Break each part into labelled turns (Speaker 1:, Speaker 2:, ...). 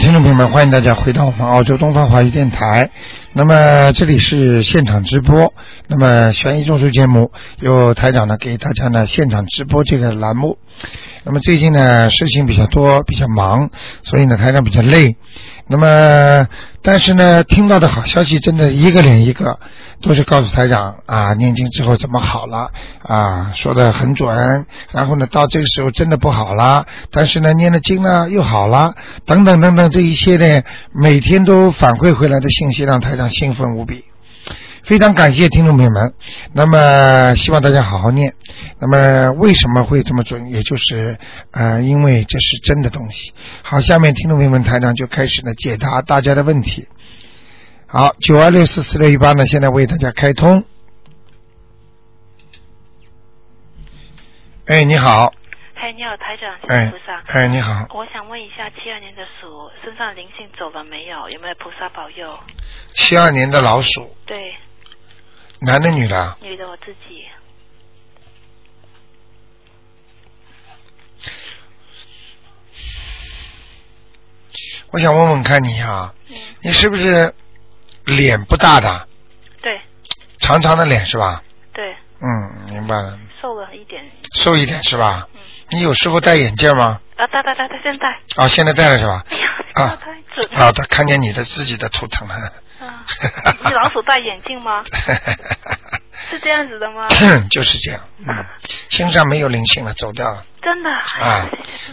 Speaker 1: 听众朋友们，欢迎大家回到我们澳洲东方华语电台。那么这里是现场直播，那么悬疑综述节目由台长呢给大家呢现场直播这个栏目。那么最近呢事情比较多，比较忙，所以呢台长比较累。那么但是呢听到的好消息真的一个连一个，都是告诉台长啊念经之后怎么好了啊，说的很准。然后呢到这个时候真的不好了，但是呢念了经呢又好了，等等等等这一系列每天都反馈回来的信息，让台长兴奋无比。非常感谢听众朋友们，那么希望大家好好念。那么为什么会这么准？也就是呃，因为这是真的东西。好，下面听众朋友们，台长就开始呢解答大家的问题。好，九二六四四六一八呢，现在为大家开通。哎，你好，
Speaker 2: 嗨，你好，台长，谢谢
Speaker 1: 哎
Speaker 2: 菩萨。，
Speaker 1: 哎，你好，
Speaker 2: 我想问一下，七二年的鼠身上灵性走了没有？有没有菩萨保佑？
Speaker 1: 七二年的老鼠，
Speaker 2: 对，
Speaker 1: 男的女的啊？
Speaker 2: 女的我自己，
Speaker 1: 我想问问看你啊，
Speaker 2: 嗯，
Speaker 1: 你是不是脸不大的，
Speaker 2: 对
Speaker 1: 长长的脸是吧？
Speaker 2: 对，
Speaker 1: 嗯，明白了，
Speaker 2: 瘦了一点。
Speaker 1: 瘦一点是吧？你有时候戴眼镜吗？
Speaker 2: 啊，哒哒哒哒，现在，
Speaker 1: 啊，现在戴了是吧？
Speaker 2: 哎呀，
Speaker 1: 啊
Speaker 2: 太准了。
Speaker 1: 啊，他看见你的自己的图腾了。
Speaker 2: 啊，你老鼠戴眼镜吗？是这样子的 吗？
Speaker 1: 就是这样，嗯，身上没有灵性了，走掉了，
Speaker 2: 真的。
Speaker 1: 啊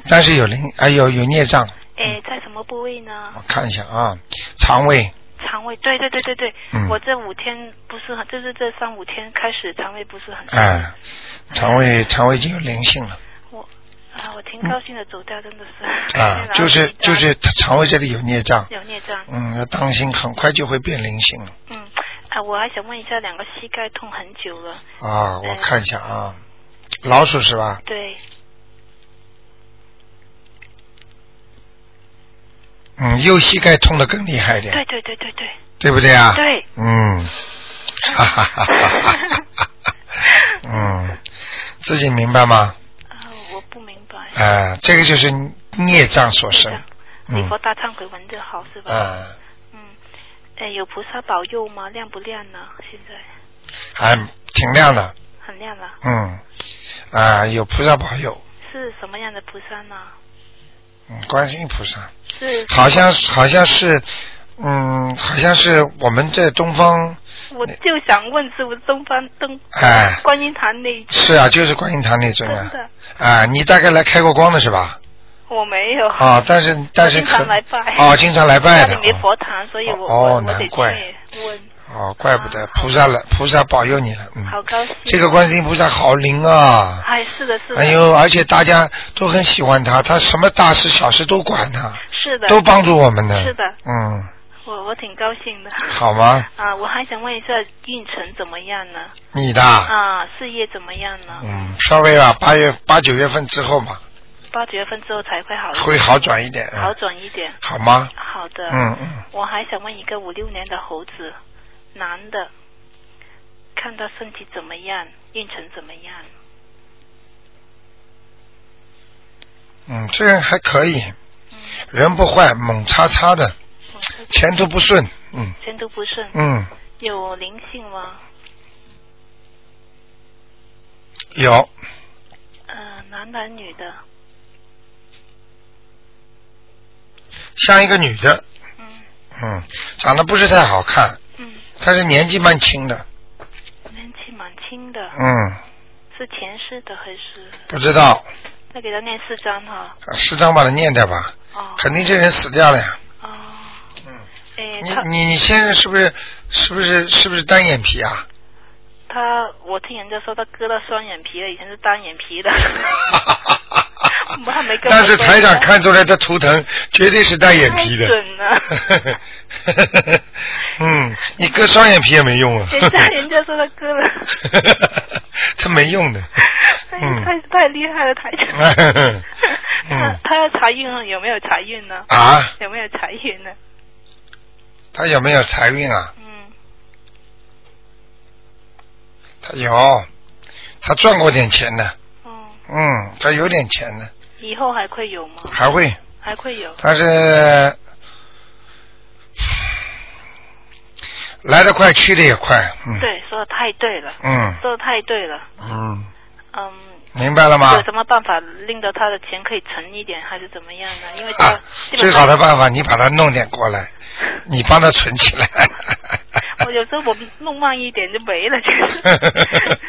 Speaker 1: 但是有灵，哎，有有孽障，
Speaker 2: 哎，在什么部位呢
Speaker 1: 我？看一下啊，肠胃，
Speaker 2: 肠胃，对对对对对，
Speaker 1: 嗯
Speaker 2: 我这五天不是很，就是这三五天开始肠胃不是很，
Speaker 1: 哎、肠胃肠胃已经有灵性了，
Speaker 2: 我啊，我挺高兴的走掉，真的哎是。
Speaker 1: 啊，就是就是肠胃这里有孽障，
Speaker 2: 有孽障。
Speaker 1: 嗯，要当心，很快就会变灵性了
Speaker 2: 嗯，啊，我还想问一下，两个膝盖痛很久了，
Speaker 1: 啊，我看一下啊，老鼠是吧？
Speaker 2: 对，
Speaker 1: 嗯，右膝盖痛的更厉害一点，
Speaker 2: 对对对对对
Speaker 1: 哎啊对不对啊？
Speaker 2: 对，
Speaker 1: 嗯，哈哈哈哈哈哈，嗯，自己明白吗？
Speaker 2: 啊，我不明白。
Speaker 1: 啊、这个就是孽障所生，啊、
Speaker 2: 礼佛大忏悔文就好是吧？嗯，哎，有菩萨保佑吗？亮不亮呢？现在
Speaker 1: 还挺亮的，
Speaker 2: 很亮了，
Speaker 1: 嗯，啊、有菩萨保佑，
Speaker 2: 是什么样的菩萨呢？
Speaker 1: 嗯，观世音菩萨，
Speaker 2: 是
Speaker 1: 好像好像是，嗯，好像是我们在东方，
Speaker 2: 我就想问，是不是东方灯
Speaker 1: 哎
Speaker 2: 观音堂那一
Speaker 1: 是啊，就是观音堂那
Speaker 2: 真
Speaker 1: 尊 啊，
Speaker 2: 的？
Speaker 1: 啊、你大概来开过光的是吧？
Speaker 2: 我没有，
Speaker 1: 啊，但是但是
Speaker 2: 经常
Speaker 1: 可
Speaker 2: 来拜
Speaker 1: 哦，经常来拜
Speaker 2: 家
Speaker 1: 的
Speaker 2: 里
Speaker 1: 哦
Speaker 2: 没佛堂，所以我
Speaker 1: 哦
Speaker 2: 我我
Speaker 1: 难
Speaker 2: 得
Speaker 1: 怪
Speaker 2: 去问，
Speaker 1: 哦，怪不
Speaker 2: 啊
Speaker 1: 得菩萨来，菩萨保佑你了，嗯，
Speaker 2: 好高兴。啊
Speaker 1: 这个观世音菩萨好灵啊，
Speaker 2: 哎，是的，是的，
Speaker 1: 哎呦，而且大家都很喜欢他，他什么大事小事都管他，
Speaker 2: 是的，
Speaker 1: 都帮助我们呢。
Speaker 2: 是的，
Speaker 1: 嗯，
Speaker 2: 我我挺高兴的。
Speaker 1: 好吗？
Speaker 2: 啊，我还想问一下运程怎么样呢？
Speaker 1: 你的，
Speaker 2: 啊，事业怎么样呢？
Speaker 1: 嗯，稍微吧，八月八九月份之后嘛，
Speaker 2: 八九月份之后才会好，
Speaker 1: 会好转一点，嗯
Speaker 2: 好转一点。
Speaker 1: 好吗？
Speaker 2: 好的。
Speaker 1: 嗯嗯，
Speaker 2: 我还想问一个五六年的猴子，男的，看他身体怎么样，运程怎么样？
Speaker 1: 嗯，这人还可以，
Speaker 2: 嗯，
Speaker 1: 人不坏，猛叉叉的，
Speaker 2: 我是
Speaker 1: 前途不顺，嗯
Speaker 2: 前途不顺，
Speaker 1: 嗯，
Speaker 2: 有灵性吗？
Speaker 1: 有，
Speaker 2: 呃，男的女的？
Speaker 1: 像一个女的，
Speaker 2: 嗯
Speaker 1: 嗯，长得不是太好看，
Speaker 2: 嗯，
Speaker 1: 但是年纪蛮轻的，
Speaker 2: 年纪蛮轻的，
Speaker 1: 嗯，
Speaker 2: 是前世的还是？
Speaker 1: 不知道，
Speaker 2: 再给他念四张哈、
Speaker 1: 啊适当把它念掉吧，
Speaker 2: 哦
Speaker 1: 肯定这人死掉了呀。
Speaker 2: 哦，
Speaker 1: 嗯，
Speaker 2: 哎，
Speaker 1: 你
Speaker 2: 他
Speaker 1: 你你先生是不是是不是是不是单眼皮啊？
Speaker 2: 他，我听人家说他割到双眼皮了，以前是单眼皮 的。我还没跟
Speaker 1: 但是
Speaker 2: 我说
Speaker 1: 台长
Speaker 2: 呢
Speaker 1: 看出来他图腾绝对是单眼皮
Speaker 2: 太
Speaker 1: 的。
Speaker 2: 准了。
Speaker 1: 嗯，你割双眼皮也没 用啊。
Speaker 2: 现在 人家说他割了，
Speaker 1: 他没用 的。
Speaker 2: 哎
Speaker 1: 嗯，
Speaker 2: 太太厉害 了，台长。他
Speaker 1: 嗯
Speaker 2: 他要财运有没有财运呢？
Speaker 1: 啊，
Speaker 2: 有没有财运呢？
Speaker 1: 他有没有财运啊？
Speaker 2: 嗯，
Speaker 1: 他有，他赚过点钱的。
Speaker 2: 哦，
Speaker 1: 嗯，他有点钱的，
Speaker 2: 以后还会有吗？
Speaker 1: 还会
Speaker 2: 还会有。
Speaker 1: 他是来得快，去得也快，嗯，
Speaker 2: 对，说的太对了，
Speaker 1: 嗯
Speaker 2: 说的太对了。
Speaker 1: 嗯，
Speaker 2: 嗯，
Speaker 1: 明白了吗
Speaker 2: 有？什么办法令到他的钱可以沉一点，还是怎么样呢？因为他、
Speaker 1: 啊，
Speaker 2: 基本
Speaker 1: 最
Speaker 2: 上
Speaker 1: 好的办法，你把它弄点过 来，你帮他存起来。
Speaker 2: 我有时候我弄慢一点就没 了，就是。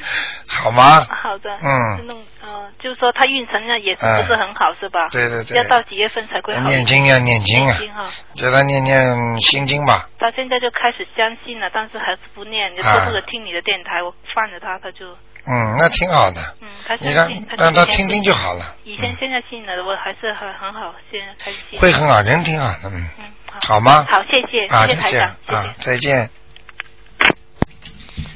Speaker 1: 好吗？
Speaker 2: 好的，
Speaker 1: 嗯哎
Speaker 2: 就弄呃，就是说他运程呢也是不是很好、是吧？
Speaker 1: 对对对
Speaker 2: 要到几月份才会好？
Speaker 1: 念经呀、念经啊，
Speaker 2: 经哈，
Speaker 1: 叫他念念心经吧。
Speaker 2: 他现在就开始相信了，但是还是不念，就
Speaker 1: 哎
Speaker 2: 偷偷的听你的电台，我放着他，他就
Speaker 1: 嗯，那挺好的。
Speaker 2: 嗯，他
Speaker 1: 你
Speaker 2: 相
Speaker 1: 让
Speaker 2: 信，
Speaker 1: 让
Speaker 2: 他
Speaker 1: 他
Speaker 2: 就
Speaker 1: 听
Speaker 2: 信
Speaker 1: 听就好了，嗯
Speaker 2: 以前现在信了，我还是很很好，现在开始信。
Speaker 1: 会很好，人挺好的，嗯，
Speaker 2: 嗯，好，
Speaker 1: 好吗？
Speaker 2: 好，谢谢，
Speaker 1: 啊，
Speaker 2: 谢谢
Speaker 1: 就
Speaker 2: 台
Speaker 1: 这样
Speaker 2: 长，谢谢
Speaker 1: 啊。，再见。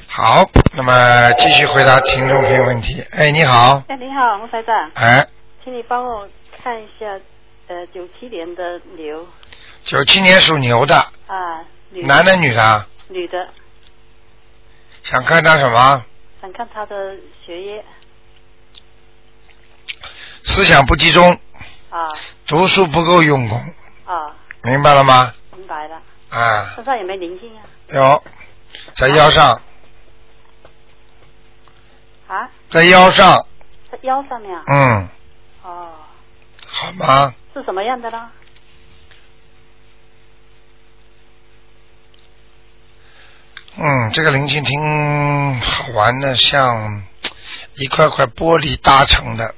Speaker 1: 好，那么继续回答听众朋友问题。哎，你好，
Speaker 3: 哎，你好，吴台长，
Speaker 1: 哎，
Speaker 3: 请你帮我看一下，呃，九七年的牛
Speaker 1: 九七年属牛的，
Speaker 3: 啊，女
Speaker 2: 嗯
Speaker 1: 男的女的啊，
Speaker 3: 女的，
Speaker 1: 想看他什么？
Speaker 3: 想看她的学业
Speaker 1: 思想不集中，
Speaker 3: 啊
Speaker 1: 读书不够用功，
Speaker 3: 啊，
Speaker 1: 明白了吗？
Speaker 3: 明白了，
Speaker 1: 啊，
Speaker 3: 身上有没有灵性啊？
Speaker 1: 有，在腰上，
Speaker 3: 啊，
Speaker 1: 在腰上，
Speaker 3: 在腰上面啊？
Speaker 1: 嗯，
Speaker 3: 哦，
Speaker 1: 好吗？
Speaker 3: 是什么样的呢？
Speaker 1: 嗯，这个灵性挺好玩的，像一块块玻璃搭成的，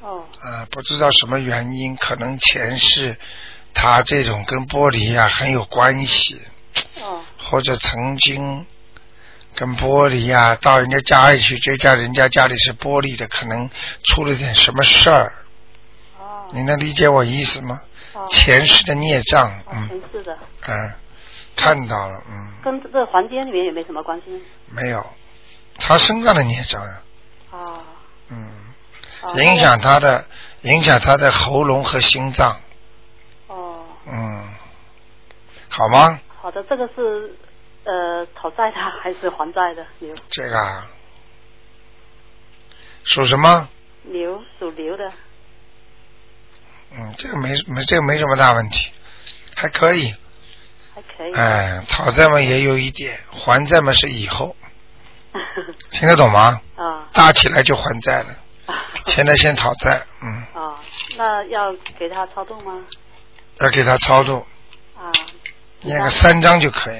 Speaker 3: 哦，
Speaker 1: 啊，不知道什么原因，可能前世他这种跟玻璃啊很有关系，
Speaker 3: 哦，
Speaker 1: 或者曾经跟玻璃啊到人家家里去，这家人家家里是玻璃的，可能出了点什么事儿，
Speaker 3: 哦，
Speaker 1: 你能理解我意思吗？
Speaker 3: 哦，
Speaker 1: 前世的孽障，
Speaker 3: 哦
Speaker 1: 嗯
Speaker 3: 前世的，
Speaker 1: 嗯，看到了，嗯，
Speaker 3: 跟这个房间里面有没有什么关系呢？
Speaker 1: 没有，他身上的孽障呀，
Speaker 3: 啊，
Speaker 1: 嗯，
Speaker 3: 哦
Speaker 1: 影响他的影响他的喉咙和心脏，
Speaker 3: 哦，
Speaker 1: 嗯，好吗？
Speaker 3: 好的，这个是呃讨债的还是还债的牛？
Speaker 1: 这个啊，属什么？
Speaker 3: 牛属牛的，
Speaker 1: 嗯，这个没没这个没什么大问题，还可以。
Speaker 3: 还可以。
Speaker 1: 哎，讨债嘛也有一点，还债嘛是以 后，听得懂吗？
Speaker 3: 啊
Speaker 1: 大起来就还债 了，现在先讨债，嗯，
Speaker 3: 啊，那要给他操作吗？
Speaker 1: 要给他操作，
Speaker 3: 啊
Speaker 1: 念个三章就可以，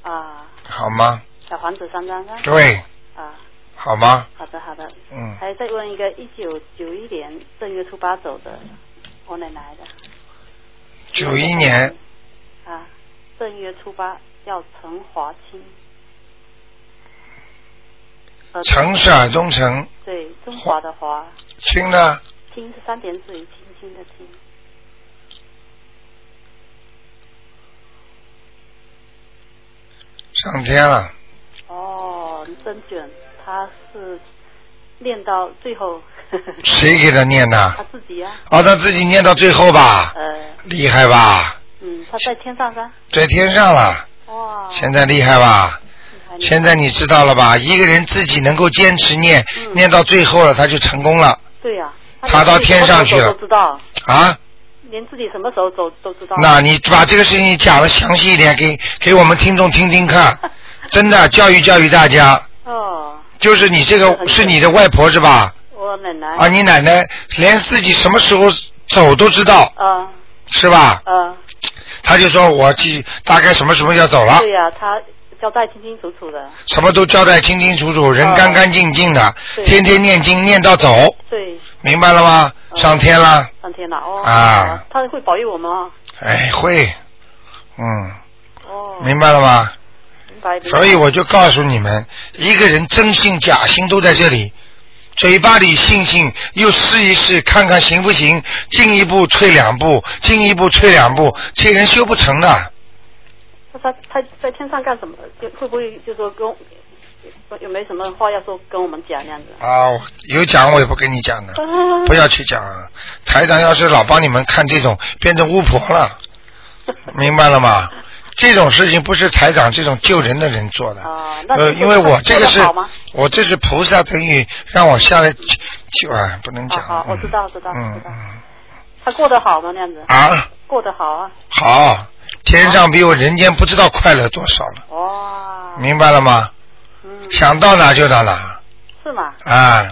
Speaker 3: 啊，
Speaker 1: 好吗？
Speaker 3: 小房子三张啊
Speaker 1: 对，
Speaker 3: 啊，
Speaker 1: 好吗？
Speaker 3: 好的好的。
Speaker 1: 嗯，
Speaker 3: 还再问一个，一九九一年正月初八走的，我奶奶的。
Speaker 1: 九一年。
Speaker 3: 啊，正月初八叫陈华清。呃
Speaker 1: 城市耳东城，
Speaker 3: 对中华的华，
Speaker 1: 听呢？
Speaker 3: 清是三点水，清清的清。
Speaker 1: 上天了，
Speaker 3: 哦，真卷，他是练到最后，
Speaker 1: 谁给他念
Speaker 3: 他
Speaker 1: 的？
Speaker 3: 自己啊，
Speaker 1: 哦，他自己念到最后吧，
Speaker 3: 呃，
Speaker 1: 厉害吧？
Speaker 3: 嗯，他在天上噻，
Speaker 1: 在天上了，
Speaker 3: 哇，
Speaker 1: 现在厉害吧？
Speaker 3: 厉害
Speaker 1: 现在你知道了吧？一个人自己能够坚持念，
Speaker 3: 嗯
Speaker 1: 念到最后了，他就成功了
Speaker 3: 对呀、
Speaker 1: 爬到天上去了
Speaker 3: 他连自己什么时候都知
Speaker 1: 啊！
Speaker 3: 道，连自己什么时候走都知道。
Speaker 1: 那你把这个事情讲的详细一点，给给我们听众听听 看，真的教育教育大家。
Speaker 3: 哦，
Speaker 1: 就是你这个
Speaker 3: 很
Speaker 1: 是你的外婆是吧？
Speaker 3: 我奶奶
Speaker 1: 啊，你奶奶连自己什么时候走都知道
Speaker 3: 啊
Speaker 1: 是吧？
Speaker 3: 啊，
Speaker 1: 她就说我记大概什么时候要走了，
Speaker 3: 对呀、他交代清清楚楚的，
Speaker 1: 什么都交代清清楚楚，人
Speaker 3: 哦
Speaker 1: 干干净净的，
Speaker 3: 对
Speaker 1: 天天念经念到走，
Speaker 3: 对，
Speaker 1: 明白了吗？
Speaker 3: 嗯
Speaker 1: 上天了。
Speaker 3: 上天了哦，
Speaker 1: 啊
Speaker 3: 他会保佑我们啊，
Speaker 1: 哎，会，嗯，
Speaker 3: 哦，
Speaker 1: 明白了吗？
Speaker 3: 明白。明白
Speaker 1: 所以我就告诉你们，一个人真性假性都在这里，嘴巴里信信，又试一试，看看行不行，进一步退两步，进一步退两步，这人修不成的。
Speaker 3: 那他他在天上干什么？就会不会就说跟我有没有什么话要说跟我们讲那样子？
Speaker 1: 啊，我有讲我也不跟你讲的，不要去讲啊。台长要是老帮你们看这种，变成巫婆 了，明白了吗？这种事情不是台长这种救人的人做的，
Speaker 3: 啊那
Speaker 1: 呃，
Speaker 3: 这个
Speaker 1: 因为我这个是
Speaker 3: 做得好吗，
Speaker 1: 我这是菩萨等于让我下来救，救啊，不能讲。
Speaker 3: 啊好我知道
Speaker 1: 嗯
Speaker 3: 知道
Speaker 1: 嗯
Speaker 3: 知道
Speaker 1: 嗯，
Speaker 3: 他过得好吗？那样子
Speaker 1: 啊，
Speaker 3: 过得好啊？
Speaker 1: 好，天上比我人间不知道快乐多少了，
Speaker 3: 哇，
Speaker 1: 明白了吗？
Speaker 3: 嗯，
Speaker 1: 想到哪就到哪
Speaker 3: 是吗？
Speaker 1: 啊，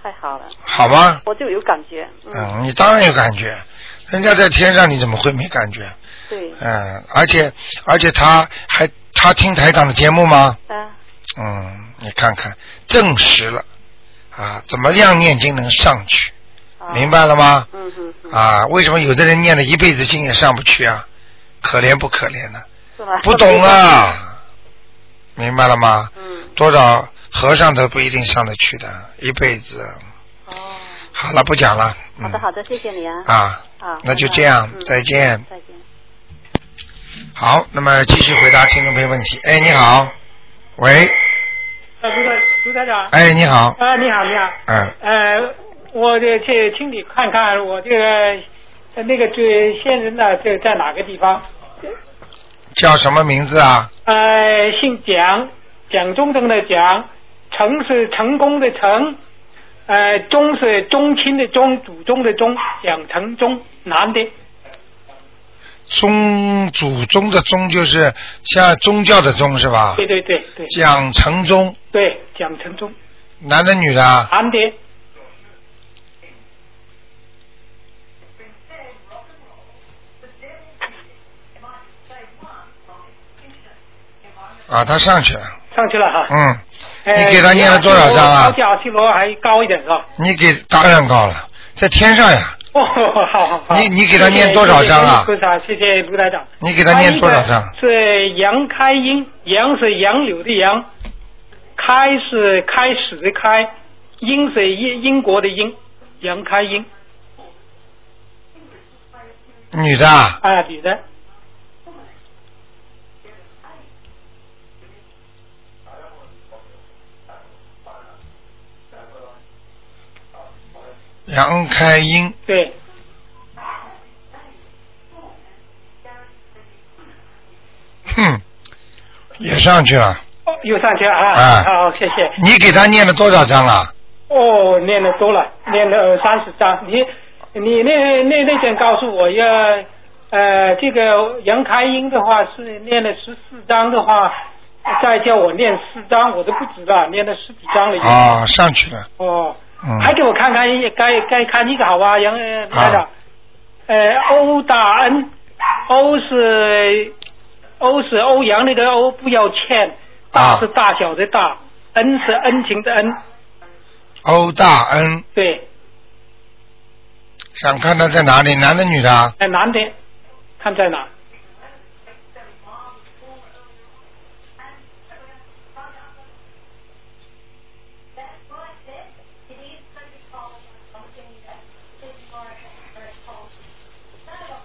Speaker 3: 太好了，
Speaker 1: 好吗？
Speaker 3: 我就有感觉，嗯，
Speaker 1: 嗯，你当然有感觉，人家在天上你怎么会没感觉？
Speaker 3: 对，
Speaker 1: 嗯，而且而且他还他听台长的节目吗？
Speaker 3: 嗯，
Speaker 1: 嗯，你看看证实了啊，怎么样念经能上去？
Speaker 3: 啊
Speaker 1: 明，白了吗？
Speaker 3: 嗯嗯嗯，
Speaker 1: 啊，为什么有的人念了一辈子经也上不去啊？可怜不可怜呢、
Speaker 3: 是吧？
Speaker 1: 不懂，啊，明白了吗？
Speaker 3: 嗯，
Speaker 1: 多少和尚都不一定上得去的，一辈子。
Speaker 3: 哦，
Speaker 1: 好了，不讲了。嗯、
Speaker 3: 好的好的，谢谢你啊，
Speaker 1: 啊，
Speaker 3: 好，
Speaker 1: 那就
Speaker 3: 拜拜
Speaker 1: 这样，
Speaker 3: 嗯
Speaker 1: 再见。
Speaker 3: 再见。
Speaker 1: 好，那么继续回答听众朋友问题。哎，你好，喂，
Speaker 4: 呃，卢台卢台长，
Speaker 1: 哎，你好，
Speaker 4: 啊，你好，你好，
Speaker 1: 嗯，
Speaker 4: 呃，我得去请你看看我这个呃那个这先人呢，这在哪个地方？
Speaker 1: 叫什么名字啊？
Speaker 4: 呃，姓蒋，蒋中正的蒋，成是成功的成，呃，宗是宗亲的宗，祖宗的宗，蒋成宗，男的。
Speaker 1: 宗祖宗的宗就是像宗教的宗是吧？
Speaker 4: 对对对对
Speaker 1: 蒋成宗，
Speaker 4: 对，蒋成宗，
Speaker 1: 男的女的啊？
Speaker 4: 男的。
Speaker 1: 啊，他上去了。
Speaker 4: 上去了哈，
Speaker 1: 嗯，
Speaker 4: 呃
Speaker 1: 你给他念了多少章啊
Speaker 4: 比阿修罗还高一点是啊吧？
Speaker 1: 你给当然高了，在天上呀，
Speaker 4: 哦， 好好好。
Speaker 1: 你你给他念多少章啊
Speaker 4: 谢谢卢台长谢谢卢台长。啊
Speaker 1: 你给他念多少章
Speaker 4: 他一个是杨开英，杨是杨柳的杨，开是开始的开，英是英英国的英，杨开英
Speaker 1: 女的啊，
Speaker 4: 啊，女的。
Speaker 1: 杨开英，
Speaker 4: 对，
Speaker 1: 哼，也上去了。
Speaker 4: 哦又上去了啊！
Speaker 1: 啊
Speaker 4: 好，谢谢。
Speaker 1: 你给他念了多少章啊？
Speaker 4: 哦，念了多了，念了三十章。你你那那那天告诉我要，呃，这个杨开英的话是念了十四章的话，再叫我念四章，我都不止了，念了十几章了已经。
Speaker 1: 啊、上去了，
Speaker 4: 哦，
Speaker 1: 嗯，
Speaker 4: 还给我看看一，该该看一个好吧，杨呃台长
Speaker 1: 啊，
Speaker 4: 呃，欧大恩，欧是欧是欧阳那个欧，不要欠，
Speaker 1: 啊
Speaker 4: 大是大小的大，恩是恩情的恩，
Speaker 1: 欧大恩，
Speaker 4: 对。
Speaker 1: 想看他在哪里，男的女的啊？
Speaker 4: 哎，男的，看在哪？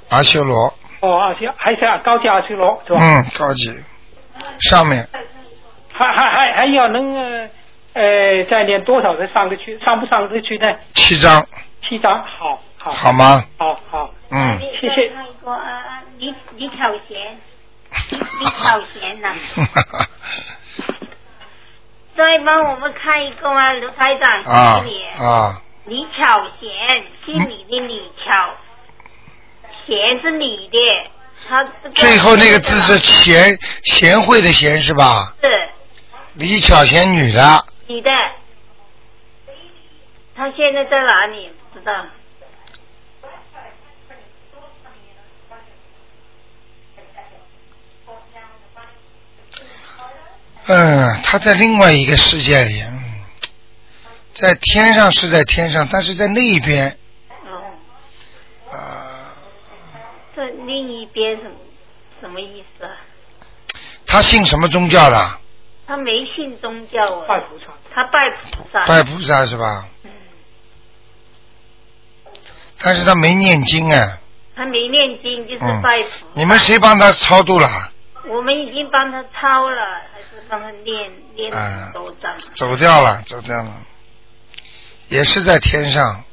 Speaker 1: 阿修罗，
Speaker 4: 哦，阿修还是高级阿修罗是吧？
Speaker 1: 嗯，高级，上面
Speaker 4: 还还还还要能呃呃再练多少才上得去？上不上得去呢？
Speaker 1: 七张，
Speaker 4: 七张，好好
Speaker 1: 好吗？
Speaker 4: 好好
Speaker 1: 嗯，
Speaker 5: 谢谢。还有一个啊，李李巧 贤，李李巧贤呐、再帮我们看一个啊，卢台长，
Speaker 1: 啊
Speaker 5: 谢谢你。
Speaker 1: 啊，
Speaker 5: 李巧贤，姓李的李巧，贤是女的，她这个
Speaker 1: 最后那个字是贤贤惠的贤是吧？
Speaker 5: 是
Speaker 1: 李巧贤女的，
Speaker 5: 女的，她现在在哪里？不知道。
Speaker 1: 嗯，她在另外一个世界里，嗯在天上是在天上，但是在那一边
Speaker 5: 哦，
Speaker 1: 啊，
Speaker 5: 这另一边什么什么意思啊？
Speaker 1: 她信什么宗教的？
Speaker 5: 她没信宗教啊，
Speaker 4: 拜菩萨。
Speaker 5: 她拜菩萨。
Speaker 1: 拜菩萨是吧？但是她没念经啊，
Speaker 5: 他没念经，就是
Speaker 1: 嗯
Speaker 5: 拜佛。
Speaker 1: 你们谁帮她超度了？
Speaker 5: 我们已经帮他抄了，还是帮他念念
Speaker 1: 嗯
Speaker 5: 了多张，
Speaker 1: 走掉了，走掉了，也是在天上，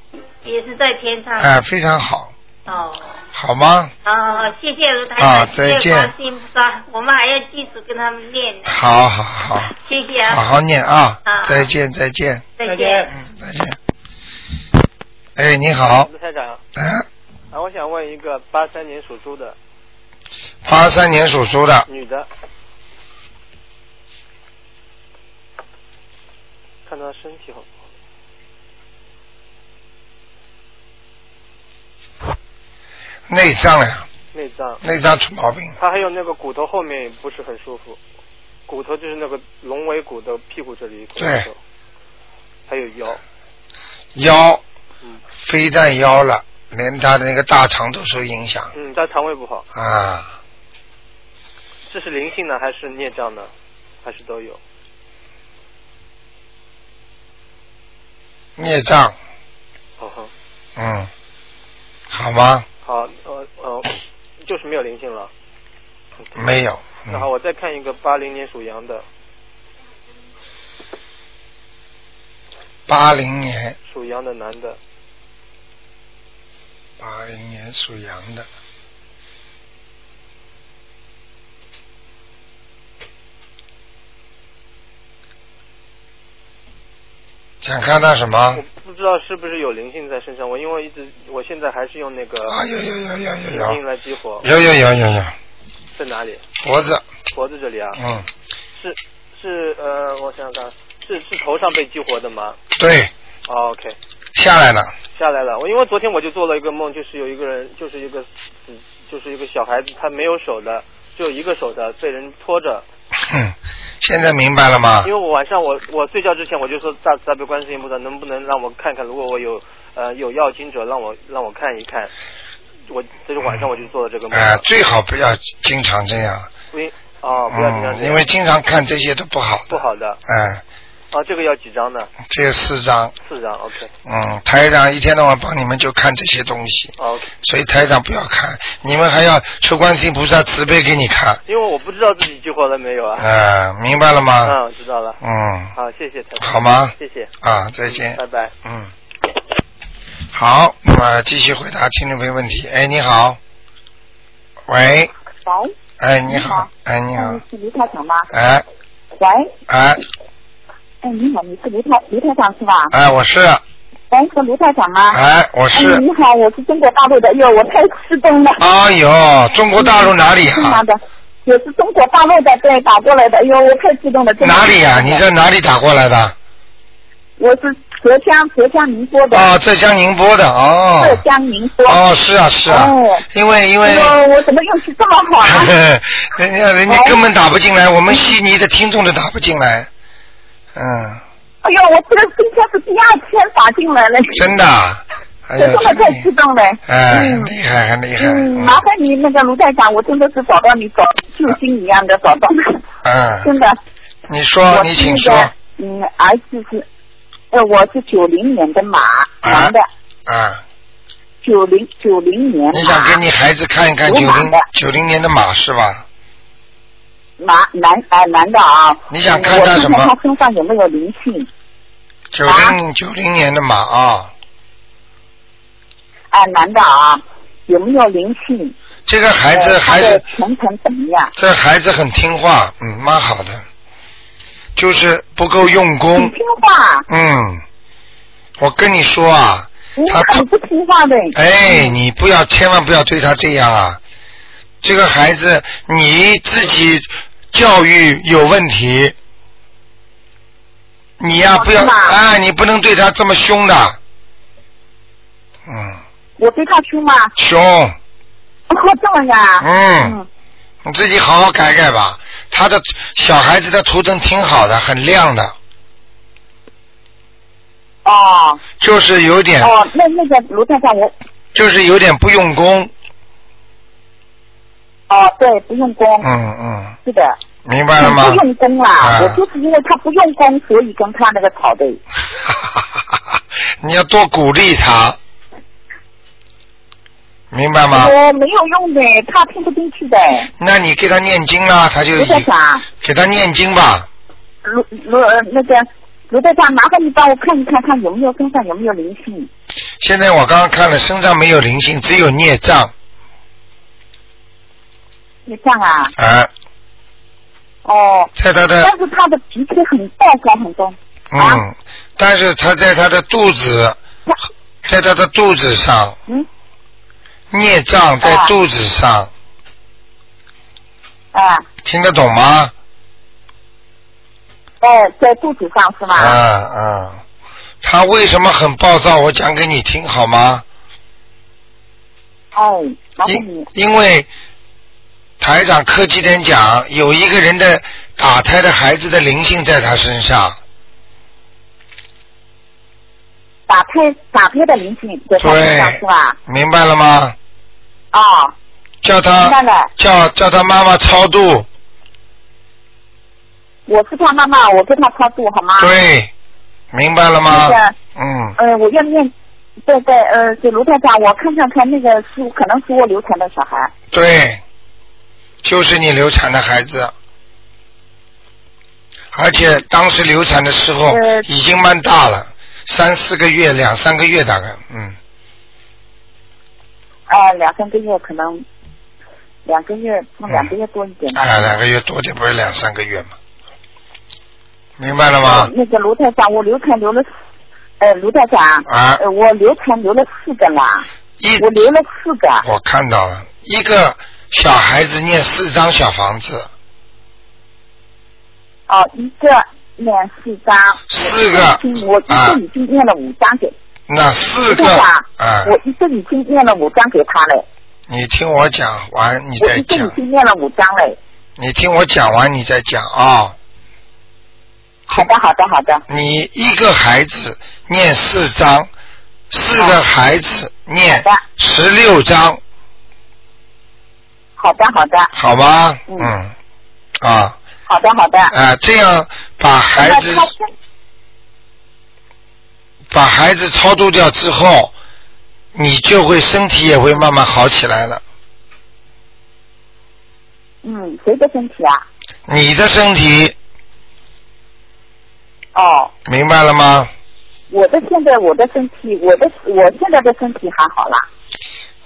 Speaker 5: 也是在天上。
Speaker 1: 哎，非常好，
Speaker 5: 哦，
Speaker 1: 好吗？
Speaker 5: 好好好，谢谢卢台
Speaker 1: 啊
Speaker 5: 长，谢
Speaker 1: 再
Speaker 5: 谢
Speaker 1: 见
Speaker 5: 观世音菩萨，我们还要继续跟他们念呢。
Speaker 1: 好好好，
Speaker 5: 谢谢
Speaker 1: 好
Speaker 5: 啊，
Speaker 1: 好念啊
Speaker 5: 啊！
Speaker 1: 再见再见，
Speaker 5: 再
Speaker 4: 再见
Speaker 5: 见。
Speaker 1: 嗯，再见。哎，你好，
Speaker 6: 卢台长，
Speaker 1: 哎，
Speaker 6: 啊，我想问一个八三年属猪的
Speaker 1: 八三年属猪的，
Speaker 6: 女的，看她身体好不好？
Speaker 1: 内脏呀，
Speaker 6: 内脏，
Speaker 1: 内脏出毛病，
Speaker 6: 她还有那个骨头后面也不是很舒服，骨头就是那个龙尾骨的屁股这里，
Speaker 1: 对，
Speaker 6: 还有腰，
Speaker 1: 腰
Speaker 6: 嗯
Speaker 1: 非但腰了，连他的那个大肠都受影响
Speaker 6: 嗯，她肠胃不好，
Speaker 1: 啊。
Speaker 6: 这是灵性呢还是孽障呢？还是都有？
Speaker 1: 孽障，
Speaker 6: 哦哼，
Speaker 1: 嗯，好吗？
Speaker 6: 好，呃呃，就是没有灵性了。
Speaker 1: 没有，
Speaker 6: 那好，
Speaker 1: 嗯、
Speaker 6: 我再看一个八零年属羊的，
Speaker 1: 八零年，
Speaker 6: 属羊的男的，
Speaker 1: 八零年属羊的，想看他什么？
Speaker 6: 我不知道是不是有灵性在身上。我因为一直，我现在还是用那个
Speaker 1: 啊，有有有有有
Speaker 6: 灵性
Speaker 1: 有
Speaker 6: 来激活，
Speaker 1: 有有有有有，
Speaker 6: 在哪里？
Speaker 1: 脖子，
Speaker 6: 脖子这里啊？
Speaker 1: 嗯，
Speaker 6: 是是呃，我想想看，是是头上被激活的吗、
Speaker 1: 对，
Speaker 6: 哦、？OK，
Speaker 1: 下来了，
Speaker 6: 下来了。我因为昨天我就做了一个梦，就是有一个人，就是一个嗯就是一个小孩子，他没有手的，只有一个手的，被人拖着。
Speaker 1: 哼，现在明白了吗
Speaker 6: 因为？我晚上我我睡觉之前我就说大慈大悲观世音菩萨能不能让我看看，如果我有呃有要经者让我让我看一看，我这是晚上我就做了这个梦
Speaker 1: 哎、
Speaker 6: 了，
Speaker 1: 最好不要经常这样，
Speaker 6: 不因哦不要经常这
Speaker 1: 嗯，
Speaker 6: 样
Speaker 1: 因为经常看这些都不好
Speaker 6: 不
Speaker 1: 的，
Speaker 6: 好的
Speaker 1: 哎、
Speaker 6: 哦这个要几张呢？
Speaker 1: 这有四张，
Speaker 6: 四张 OK
Speaker 1: 嗯，台长一天到晚帮你们就看这些东西，
Speaker 6: 哦 OK，
Speaker 1: 所以台长不要看，你们还要求观世音菩萨慈悲给你看，
Speaker 6: 因为我不知道自己激活了没有啊，
Speaker 1: 啊，明白了吗？
Speaker 6: 嗯知道了，
Speaker 1: 嗯，
Speaker 6: 好谢谢台长，
Speaker 1: 好吗？
Speaker 6: 谢谢，
Speaker 1: 啊，再见。
Speaker 6: 拜拜。
Speaker 1: 嗯，好，那么继续回答听众朋友问题。哎，你好，喂，
Speaker 7: 喂，
Speaker 1: 哎，你好
Speaker 7: 好，
Speaker 1: 哎，你好
Speaker 7: 嗯，，是卢台长吗？
Speaker 1: 哎，
Speaker 7: 喂，
Speaker 1: 哎，
Speaker 7: 哎，你好，你是卢台卢台长是吧？
Speaker 1: 哎，我是，
Speaker 7: 喂，是卢台长吗？
Speaker 1: 哎，我
Speaker 7: 哎，
Speaker 1: 是，
Speaker 7: 你好，我是中国大陆的，哟，我太激动了。
Speaker 1: 哎呦，中国大陆哪里
Speaker 7: 是吗
Speaker 1: 啊？
Speaker 7: 的，也是中国大陆的，对，打过来的，哟，我太激动了。真的
Speaker 1: 哪里啊？你在哪里打过来的？
Speaker 7: 我是浙江浙江宁波的，
Speaker 1: 哦，浙江宁波的哦
Speaker 7: 浙，江宁波。
Speaker 1: 哦，是啊是啊
Speaker 7: 哦，
Speaker 1: 因为因为。
Speaker 7: 哟，我怎么运气这么好啊？ 哦
Speaker 1: 人家人家根本打不进来，我们悉尼的听众都打不进来，嗯，
Speaker 7: 哎呦，我这个今天是第二天打进来了，
Speaker 1: 真的啊，哎呀，
Speaker 7: 真的
Speaker 1: 真
Speaker 7: 太激
Speaker 1: 的。
Speaker 7: 动了。
Speaker 1: 哎，
Speaker 7: 嗯
Speaker 1: 厉害，很厉害。
Speaker 7: 嗯，麻烦你那个卢台长，我真的是找到你找救星一样的找到你，
Speaker 1: 嗯，
Speaker 7: 真的。
Speaker 1: 你
Speaker 7: 我
Speaker 1: 说，你
Speaker 7: 是
Speaker 1: 请
Speaker 7: 那
Speaker 1: 说。啊
Speaker 7: 个嗯，儿子是，呃，我是九零年的马，男的，
Speaker 1: 啊，
Speaker 7: 九零九零年
Speaker 1: 你想给你孩子看一看
Speaker 7: 属
Speaker 1: 九
Speaker 7: 马
Speaker 1: 零
Speaker 7: 的
Speaker 1: 九零年的马是吧？
Speaker 7: 马男啊、男的啊。
Speaker 1: 你想看他什么
Speaker 7: 我看看他身上有没有灵性
Speaker 1: 九零九零年的马啊，
Speaker 7: 啊、男的啊，有没有灵性？
Speaker 1: 这个孩子
Speaker 7: 呃他
Speaker 1: 孩
Speaker 7: 的
Speaker 1: 子
Speaker 7: 前程怎么样？
Speaker 1: 这孩子很听话，嗯，蛮好的，就是不够用
Speaker 7: 你
Speaker 1: 功，
Speaker 7: 听话，
Speaker 1: 嗯，我跟你说啊，
Speaker 7: 你
Speaker 1: 他
Speaker 7: 很不听话的。
Speaker 1: 哎，
Speaker 7: 嗯，
Speaker 1: 你不要，千万不要对他这样啊！这个孩子你自己教育有问题，你呀、
Speaker 7: 哦
Speaker 1: 不要
Speaker 7: 是吗
Speaker 1: 啊，你不能对他这么凶的，嗯，
Speaker 7: 我对他凶吗？
Speaker 1: 凶，
Speaker 7: 哦，这么呀。
Speaker 1: 嗯，你自己好好改改吧。他的小孩子的图腾挺好的，很亮的，
Speaker 7: 哦
Speaker 1: 就是嗯有点，
Speaker 7: 哦，那那个卢台长，我
Speaker 1: 就是有点不用功，
Speaker 7: 哦对，不用功，
Speaker 1: 嗯嗯，
Speaker 7: 是的。
Speaker 1: 明白了吗？
Speaker 7: 嗯不用功啦，
Speaker 1: 啊
Speaker 7: 我就是因为他不用功，所以跟他那个吵的。
Speaker 1: 你要多鼓励他，明白吗？
Speaker 7: 我没有用的，他听不进去的。
Speaker 1: 那你给他念经啦，他就
Speaker 7: 卢队长，
Speaker 1: 给他念经吧。
Speaker 7: 卢卢呃那个卢队长，麻烦你帮我看一看，他有没有身上有没有灵性？
Speaker 1: 现在我刚刚看了，身上没有灵性，只有孽障
Speaker 7: 你这样啊？
Speaker 1: 啊，
Speaker 7: 哦，
Speaker 1: 在他的
Speaker 7: 但是他的脾气很暴躁，很多。
Speaker 1: 嗯，但是他在他的肚子，在他的肚子上，
Speaker 7: 嗯，
Speaker 1: 孽障在肚子上，
Speaker 7: 啊，
Speaker 1: 听得懂吗？
Speaker 7: 哎，在肚子上是吗？
Speaker 1: 啊啊，他为什么很暴躁？我讲给你听好吗？
Speaker 7: 哎，麻烦你
Speaker 1: 因，因为台长客气点讲，有一个人的打胎的孩子的灵性在他身上，
Speaker 7: 打胎打胎的灵性在他身上
Speaker 1: 对
Speaker 7: 是吧？
Speaker 1: 明白了吗？
Speaker 7: 哦，
Speaker 1: 叫
Speaker 7: 明白
Speaker 1: 他
Speaker 7: 了。
Speaker 1: 叫叫他妈妈超度，
Speaker 7: 我是他妈妈，我跟他超度好吗？。
Speaker 1: 对，明白了吗
Speaker 7: 那个？
Speaker 1: 嗯，
Speaker 7: 呃，我要念，对对，呃，给卢太长，我看看看那个是可能是我流产的小孩，
Speaker 1: 对，就是你流产的孩子，而且当时流产的时候
Speaker 7: 呃
Speaker 1: 已经蛮大了，三四个月、两三个月大概，嗯，
Speaker 7: 呃，两三个月可能，两个月，
Speaker 1: 嗯
Speaker 7: 从两个月多一点吧。
Speaker 1: 哎，两个月多点，不是两三个月吗？明白了
Speaker 7: 呃
Speaker 1: 吗？
Speaker 7: 那个卢太长，我流产流了，呃，卢太长，
Speaker 1: 啊，
Speaker 7: 呃，我流产流了四个了，
Speaker 1: 一
Speaker 7: 我流了四个，
Speaker 1: 我看到了一个小孩子念四张小房子，
Speaker 7: 哦、一个念四张，
Speaker 1: 四
Speaker 7: 我
Speaker 1: 个
Speaker 7: 我一
Speaker 1: 啊
Speaker 7: 个已经念了五张给
Speaker 1: 那四
Speaker 7: 卢
Speaker 1: 个
Speaker 7: 太长，
Speaker 1: 啊，
Speaker 7: 我一个已经念了五张给他了，
Speaker 1: 你听我讲完，你
Speaker 7: 我
Speaker 1: 再
Speaker 7: 一个
Speaker 1: 讲
Speaker 7: 已。经念了五张嘞。
Speaker 1: 你听我讲完，你再讲啊、
Speaker 7: 好的，好的，好的。
Speaker 1: 你一个孩子念四章，四个孩子念
Speaker 7: 好的
Speaker 1: 十六章，
Speaker 7: 好的，好的，
Speaker 1: 好吗？
Speaker 7: 嗯
Speaker 1: 嗯，啊
Speaker 7: 好的，好的。
Speaker 1: 啊，这样把孩子
Speaker 7: 那他现
Speaker 1: 把孩子超度掉之后，你就会身体也会慢慢好起来了。
Speaker 7: 嗯，谁的身体啊？
Speaker 1: 你的身体
Speaker 7: 哦，
Speaker 1: 明白了吗？
Speaker 7: 我的现在我的身体，我的我现在的身体还好啦，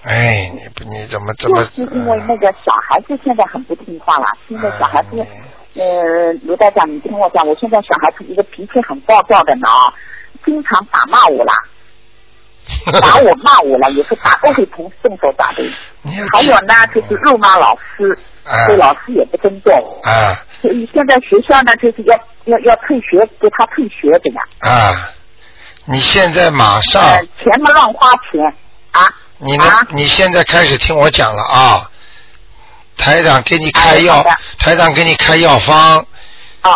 Speaker 1: 哎，你不你怎么怎
Speaker 7: 就
Speaker 1: 么？
Speaker 7: 是因为那个小孩子现在很不听话啦。现在小孩子，
Speaker 1: 哎
Speaker 7: 呃，卢台长，你听我讲，我现在小孩子一个脾气很暴躁的呢，啊，经常打骂 我啦，打我骂我了，也是打都会从动手打的。
Speaker 1: 你要
Speaker 7: 还
Speaker 1: 记
Speaker 7: 有呢，就是辱骂老师，
Speaker 1: 哎
Speaker 7: 对老师也不尊重。
Speaker 1: 啊
Speaker 7: 所以现在学校呢，就是要要要退学，给他退学的呀。
Speaker 1: 啊！你现在马上。
Speaker 7: 呃，钱嘛乱花钱啊！
Speaker 1: 你呢？
Speaker 7: 啊
Speaker 1: 你现在开始听我讲了啊！台长给你开药，
Speaker 7: 哎好的
Speaker 1: 台长给你开药方，
Speaker 7: 啊，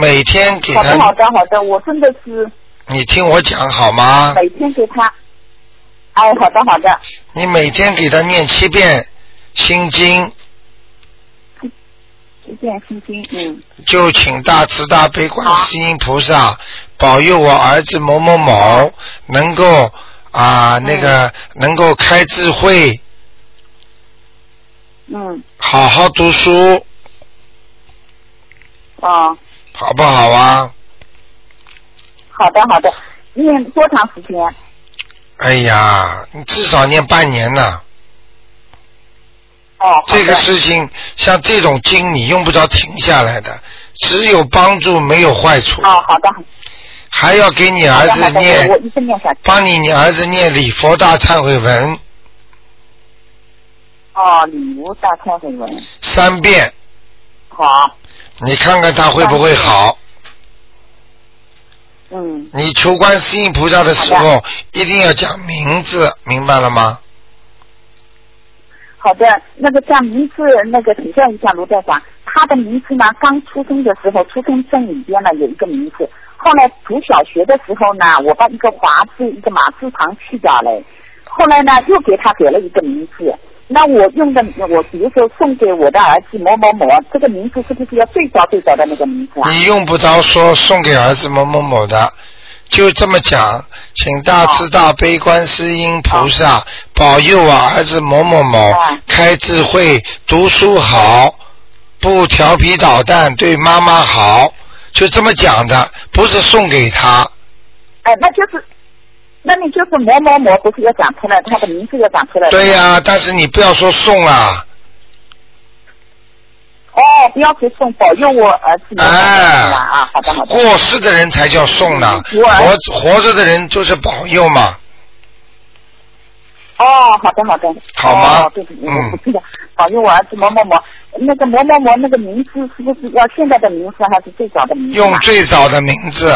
Speaker 1: 每天给
Speaker 7: 好的好
Speaker 1: 他，
Speaker 7: 的好的，我真的是
Speaker 1: 你听我讲好吗？
Speaker 7: 每天给他。哎，好的好的，
Speaker 1: 你每天给他念七遍心经，
Speaker 7: 一见心经，嗯，
Speaker 1: 就请大慈大悲观世音菩萨保佑我儿子某某某能够啊、那个能够开智慧，
Speaker 7: 嗯，
Speaker 1: 好好读书，
Speaker 7: 哦，
Speaker 1: 好不好啊？
Speaker 7: 好的好的，念多长时间？
Speaker 1: 哎呀，你至少念半年呢、
Speaker 7: 哦，好
Speaker 1: 这
Speaker 7: 的
Speaker 1: 个事情像这种经，你用不着停下来的，只有帮助没有坏处。
Speaker 7: 哦，好的，
Speaker 1: 还要给你
Speaker 7: 好
Speaker 1: 儿
Speaker 7: 的
Speaker 1: 子
Speaker 7: 好的，
Speaker 1: 念
Speaker 7: 我，我一直念下去。
Speaker 1: 帮你你儿子念礼佛大忏悔文
Speaker 7: 哦，礼物大忏悔文，
Speaker 1: 三遍，
Speaker 7: 好，
Speaker 1: 你看看他会不会好？
Speaker 7: 嗯，
Speaker 1: 你求观世音菩萨的时候，一定要讲名字，明白了吗？
Speaker 7: 好的，那个叫名字，那个请教一下卢校长，他的名字呢，刚出生的时候，出生证里边呢有一个名字，后来读小学的时候呢，我把一个华字一个马字旁去掉了，后来呢又给他给了一个名字。那我用的，我比如说送给我的儿子某某某，这个名字是不是要最早最早的那个名字啊？
Speaker 1: 你用不着说送给儿子某某某的，就这么讲，请大慈大悲观世音菩萨保佑我儿子某某某
Speaker 7: 啊
Speaker 1: 开智慧、读书好、不调皮捣蛋、对妈妈好，就这么讲的，不是送给他。
Speaker 7: 哎，那就是，那你就是某某某，不是要讲出来，他的名字要讲出来。
Speaker 1: 对呀、但是你不要说送啊，
Speaker 7: 哦，不要去送，保佑我儿子某某某
Speaker 1: 哎
Speaker 7: 是吧啊，好的好的。
Speaker 1: 过世的人才叫送呢，
Speaker 7: 我
Speaker 1: 活活着的人就是保佑嘛。
Speaker 7: 哦，好的好的。
Speaker 1: 好吗
Speaker 7: 哦，对不起，我不
Speaker 1: 嗯
Speaker 7: 记得，保佑我儿子某某某。那个某某某那个名字是不是要现在的名字还是最早的名字啊？
Speaker 1: 用最早的名字，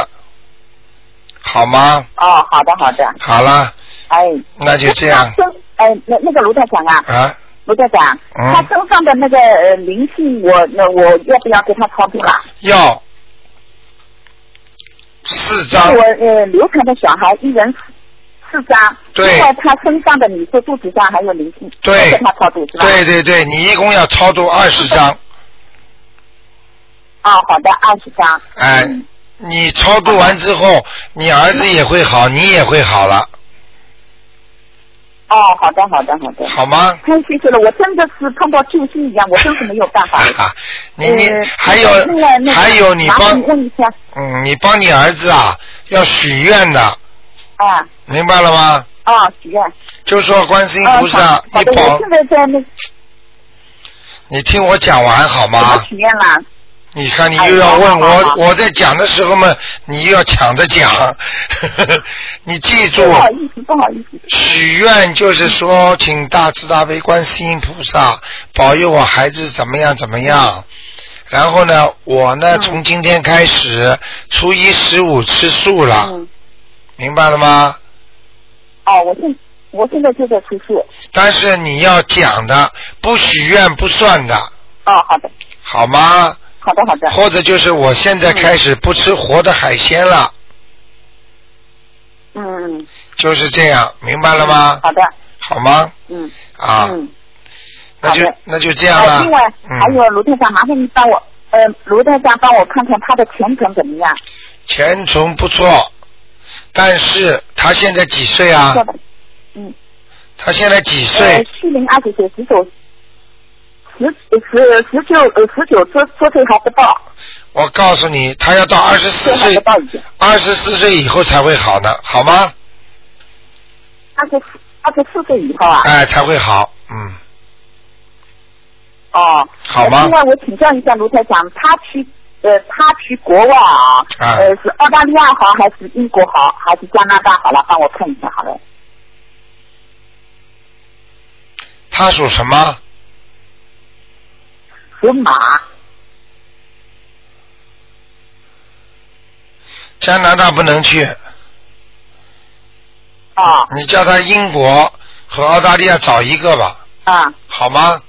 Speaker 1: 好吗？
Speaker 7: 哦，好的好的，
Speaker 1: 好了，
Speaker 7: 哎。
Speaker 1: 那就这样
Speaker 7: 那他身。哎，那那个卢台长啊，
Speaker 1: 啊，
Speaker 7: 卢台长，
Speaker 1: 嗯
Speaker 7: 他身上的那个呃灵性，我那我要不要给他超度啊？
Speaker 1: 要四
Speaker 7: 就
Speaker 1: 张
Speaker 7: 是，我呃流产的小孩一人四四张，
Speaker 1: 对
Speaker 7: 然后他身上的你说肚子上还有灵性，
Speaker 1: 对
Speaker 7: 都给他超度是吧？
Speaker 1: 哎对对对，你一共要超度二十张，
Speaker 7: 哦，好的，二十张。
Speaker 1: 哎
Speaker 7: 嗯，
Speaker 1: 你超度完之后，你儿子也会好，你也会好了，
Speaker 7: 哦，好的，好的，好的。
Speaker 1: 好吗？
Speaker 7: 太谢谢了，我真的是碰到救星一样，我真是没有办法。
Speaker 1: 哈哈， 啊你你
Speaker 7: 呃
Speaker 1: 还有
Speaker 7: 另外那个
Speaker 1: 还有你
Speaker 7: 麻烦
Speaker 1: 帮
Speaker 7: 你问一下
Speaker 1: 嗯，你帮你儿子啊要许愿的，
Speaker 7: 啊
Speaker 1: 明白了吗？
Speaker 7: 啊，许愿。
Speaker 1: 就说观世音
Speaker 7: 啊，
Speaker 1: 菩萨，
Speaker 7: 好好
Speaker 1: 你
Speaker 7: 的，
Speaker 1: 保
Speaker 7: 我现在在那个
Speaker 1: 你听我讲完好
Speaker 7: 怎么
Speaker 1: 吗？
Speaker 7: 许愿啦？
Speaker 1: 你看你
Speaker 7: 哎
Speaker 1: 又要
Speaker 7: 好
Speaker 1: 问
Speaker 7: 好好
Speaker 1: 我
Speaker 7: 好，
Speaker 1: 我在讲的时候嘛，你又要抢着讲。 你记住，
Speaker 7: 不好意思，不好意思。
Speaker 1: 许愿就是说，请大慈大悲观世音菩萨保佑我孩子怎么样怎么样。然后呢，我呢从今天开始，初一十五吃素了，
Speaker 7: 嗯，
Speaker 1: 明白了吗？
Speaker 7: 哦，我现我现在就在出去。
Speaker 1: 但是你要讲的，不许愿不算的，
Speaker 7: 哦，好的，
Speaker 1: 好吗？
Speaker 7: 好的，好嗯的。
Speaker 1: 或者就是我现在开始不吃活的海鲜了，
Speaker 7: 嗯嗯，
Speaker 1: 就是这样，明白了吗？
Speaker 7: 好的，
Speaker 1: 好吗？
Speaker 7: 嗯
Speaker 1: 啊，
Speaker 7: 嗯。
Speaker 1: 那就
Speaker 7: 好的
Speaker 1: 那就这样
Speaker 7: 哎，
Speaker 1: 了。
Speaker 7: 另外
Speaker 1: 嗯
Speaker 7: 还有卢队长，麻烦你帮我，呃，卢队长帮我看看他的前程怎么样？
Speaker 1: 前程不错，但是他现在几岁啊
Speaker 7: 是？吧嗯，
Speaker 1: 他现在几
Speaker 7: 呃
Speaker 1: 岁？，
Speaker 7: 虚龄二十岁，十九，十十十九呃十九周周岁还不到，
Speaker 1: 我告诉你，他要到二十四
Speaker 7: 岁
Speaker 1: 岁，
Speaker 7: 还不到已经，
Speaker 1: 二十四岁以后才会好呢，好吗？
Speaker 7: 二十四二十四岁以后啊，
Speaker 1: 哎，才会好，嗯，
Speaker 7: 哦，
Speaker 1: 好吗
Speaker 7: 呃另外我请教一下卢台长，他去呃他去国外啊，
Speaker 1: 啊
Speaker 7: 呃是澳大利亚好还是英国好还是加拿大好了？帮我看一下好了。
Speaker 1: 他属什么？
Speaker 7: 属马，
Speaker 1: 加拿大不能去，
Speaker 7: 啊
Speaker 1: 你叫他英国和澳大利亚找一个吧，
Speaker 7: 啊
Speaker 1: 好吗？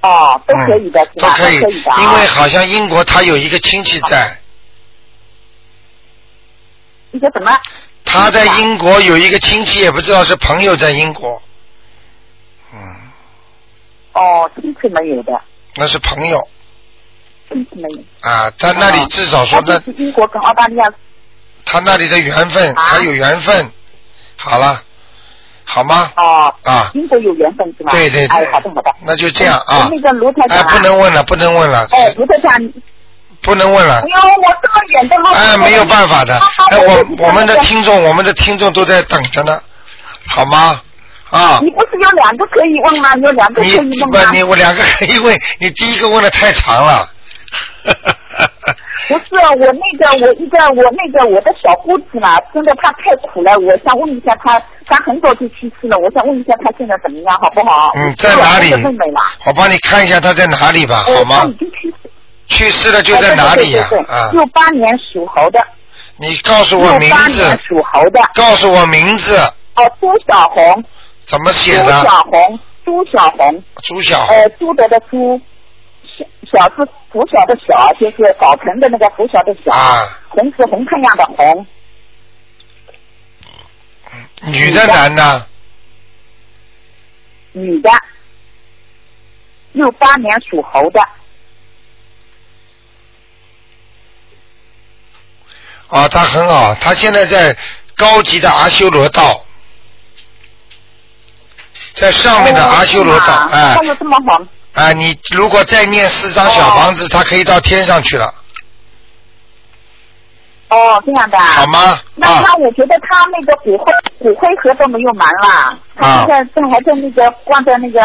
Speaker 7: 哦，都可以的，
Speaker 1: 嗯
Speaker 7: 是
Speaker 1: 都
Speaker 7: 吧？
Speaker 1: 可以，
Speaker 7: 都可以的啊。
Speaker 1: 因为好像英国他有一个亲戚在，
Speaker 7: 你说什么？
Speaker 1: 他在英国有一个亲戚，也不知道是朋友在英国，嗯，
Speaker 7: 哦，亲戚没有的，
Speaker 1: 那是朋友
Speaker 7: 亲戚没有。
Speaker 1: 啊，他那里至少说
Speaker 7: 他
Speaker 1: 那
Speaker 7: 是英国跟澳大利亚
Speaker 1: 他那里的缘分，
Speaker 7: 啊
Speaker 1: 他有缘分，好了，好吗？
Speaker 7: 哦，
Speaker 1: 啊，
Speaker 7: 英国有缘分是吧？
Speaker 1: 对对
Speaker 7: 哎
Speaker 1: 对，，
Speaker 7: 好的好的。
Speaker 1: 那就这样啊
Speaker 7: 哎，那个卢台长
Speaker 1: 哎，
Speaker 7: 啊，
Speaker 1: 不能问了，不能问了，
Speaker 7: 哎，卢台长，
Speaker 1: 不能问了
Speaker 7: 哎。呦，我这么远的路，
Speaker 1: 哎，没有办法的
Speaker 7: 啊。
Speaker 1: 哎，我我们的
Speaker 7: 听。
Speaker 1: 听众，我们的听众都在等着呢，好吗？啊，
Speaker 7: 你不是有两个可以问吗？有两个可
Speaker 1: 你
Speaker 7: 以啊问
Speaker 1: 不
Speaker 7: 吗？
Speaker 1: 你我两个 可以问，你第一个问的太长了。
Speaker 7: 不是啊我那个我一个我那个我的小姑子嘛，真的她太苦了，我想问一下她，她很早就去世了，我想问一下她现在怎么样，好不好？
Speaker 1: 嗯，在哪里
Speaker 7: 我是我妹妹嘛，？
Speaker 1: 我帮你看一下他在哪里吧，好
Speaker 7: 呃她
Speaker 1: 吗
Speaker 7: 已？经哦去世。
Speaker 1: 去世了就在哪里呀、啊？
Speaker 7: 六八年属猴的，
Speaker 1: 你告诉
Speaker 7: 六
Speaker 1: 我名
Speaker 7: 八年
Speaker 1: 字，
Speaker 7: 属猴的，
Speaker 1: 告诉我名字
Speaker 7: 哦，朱小红，
Speaker 1: 怎么
Speaker 7: 朱
Speaker 1: 写的？
Speaker 7: 小红，朱小红，
Speaker 1: 朱小
Speaker 7: 呃，朱德的朱，小小是拂晓的晓，就是早晨的那个拂晓的晓，
Speaker 1: 啊，
Speaker 7: 红是红太阳的红，
Speaker 1: 女的男的？
Speaker 7: 女的，六八年属猴的，
Speaker 1: 啊，他很好，他现在在高级的阿修罗道，在上面的阿修罗道
Speaker 7: 哦，是吗哦
Speaker 1: 哎
Speaker 7: 她有这么好，
Speaker 1: 哎，你如果再念四张小房子，他可以到天上去了，
Speaker 7: 哦，这样的啊，
Speaker 1: 好吗？
Speaker 7: 那
Speaker 1: 啊
Speaker 7: 他，我觉得他那个骨灰骨灰盒都没有埋了，
Speaker 1: 啊
Speaker 7: 他现在正还在那个挂在那个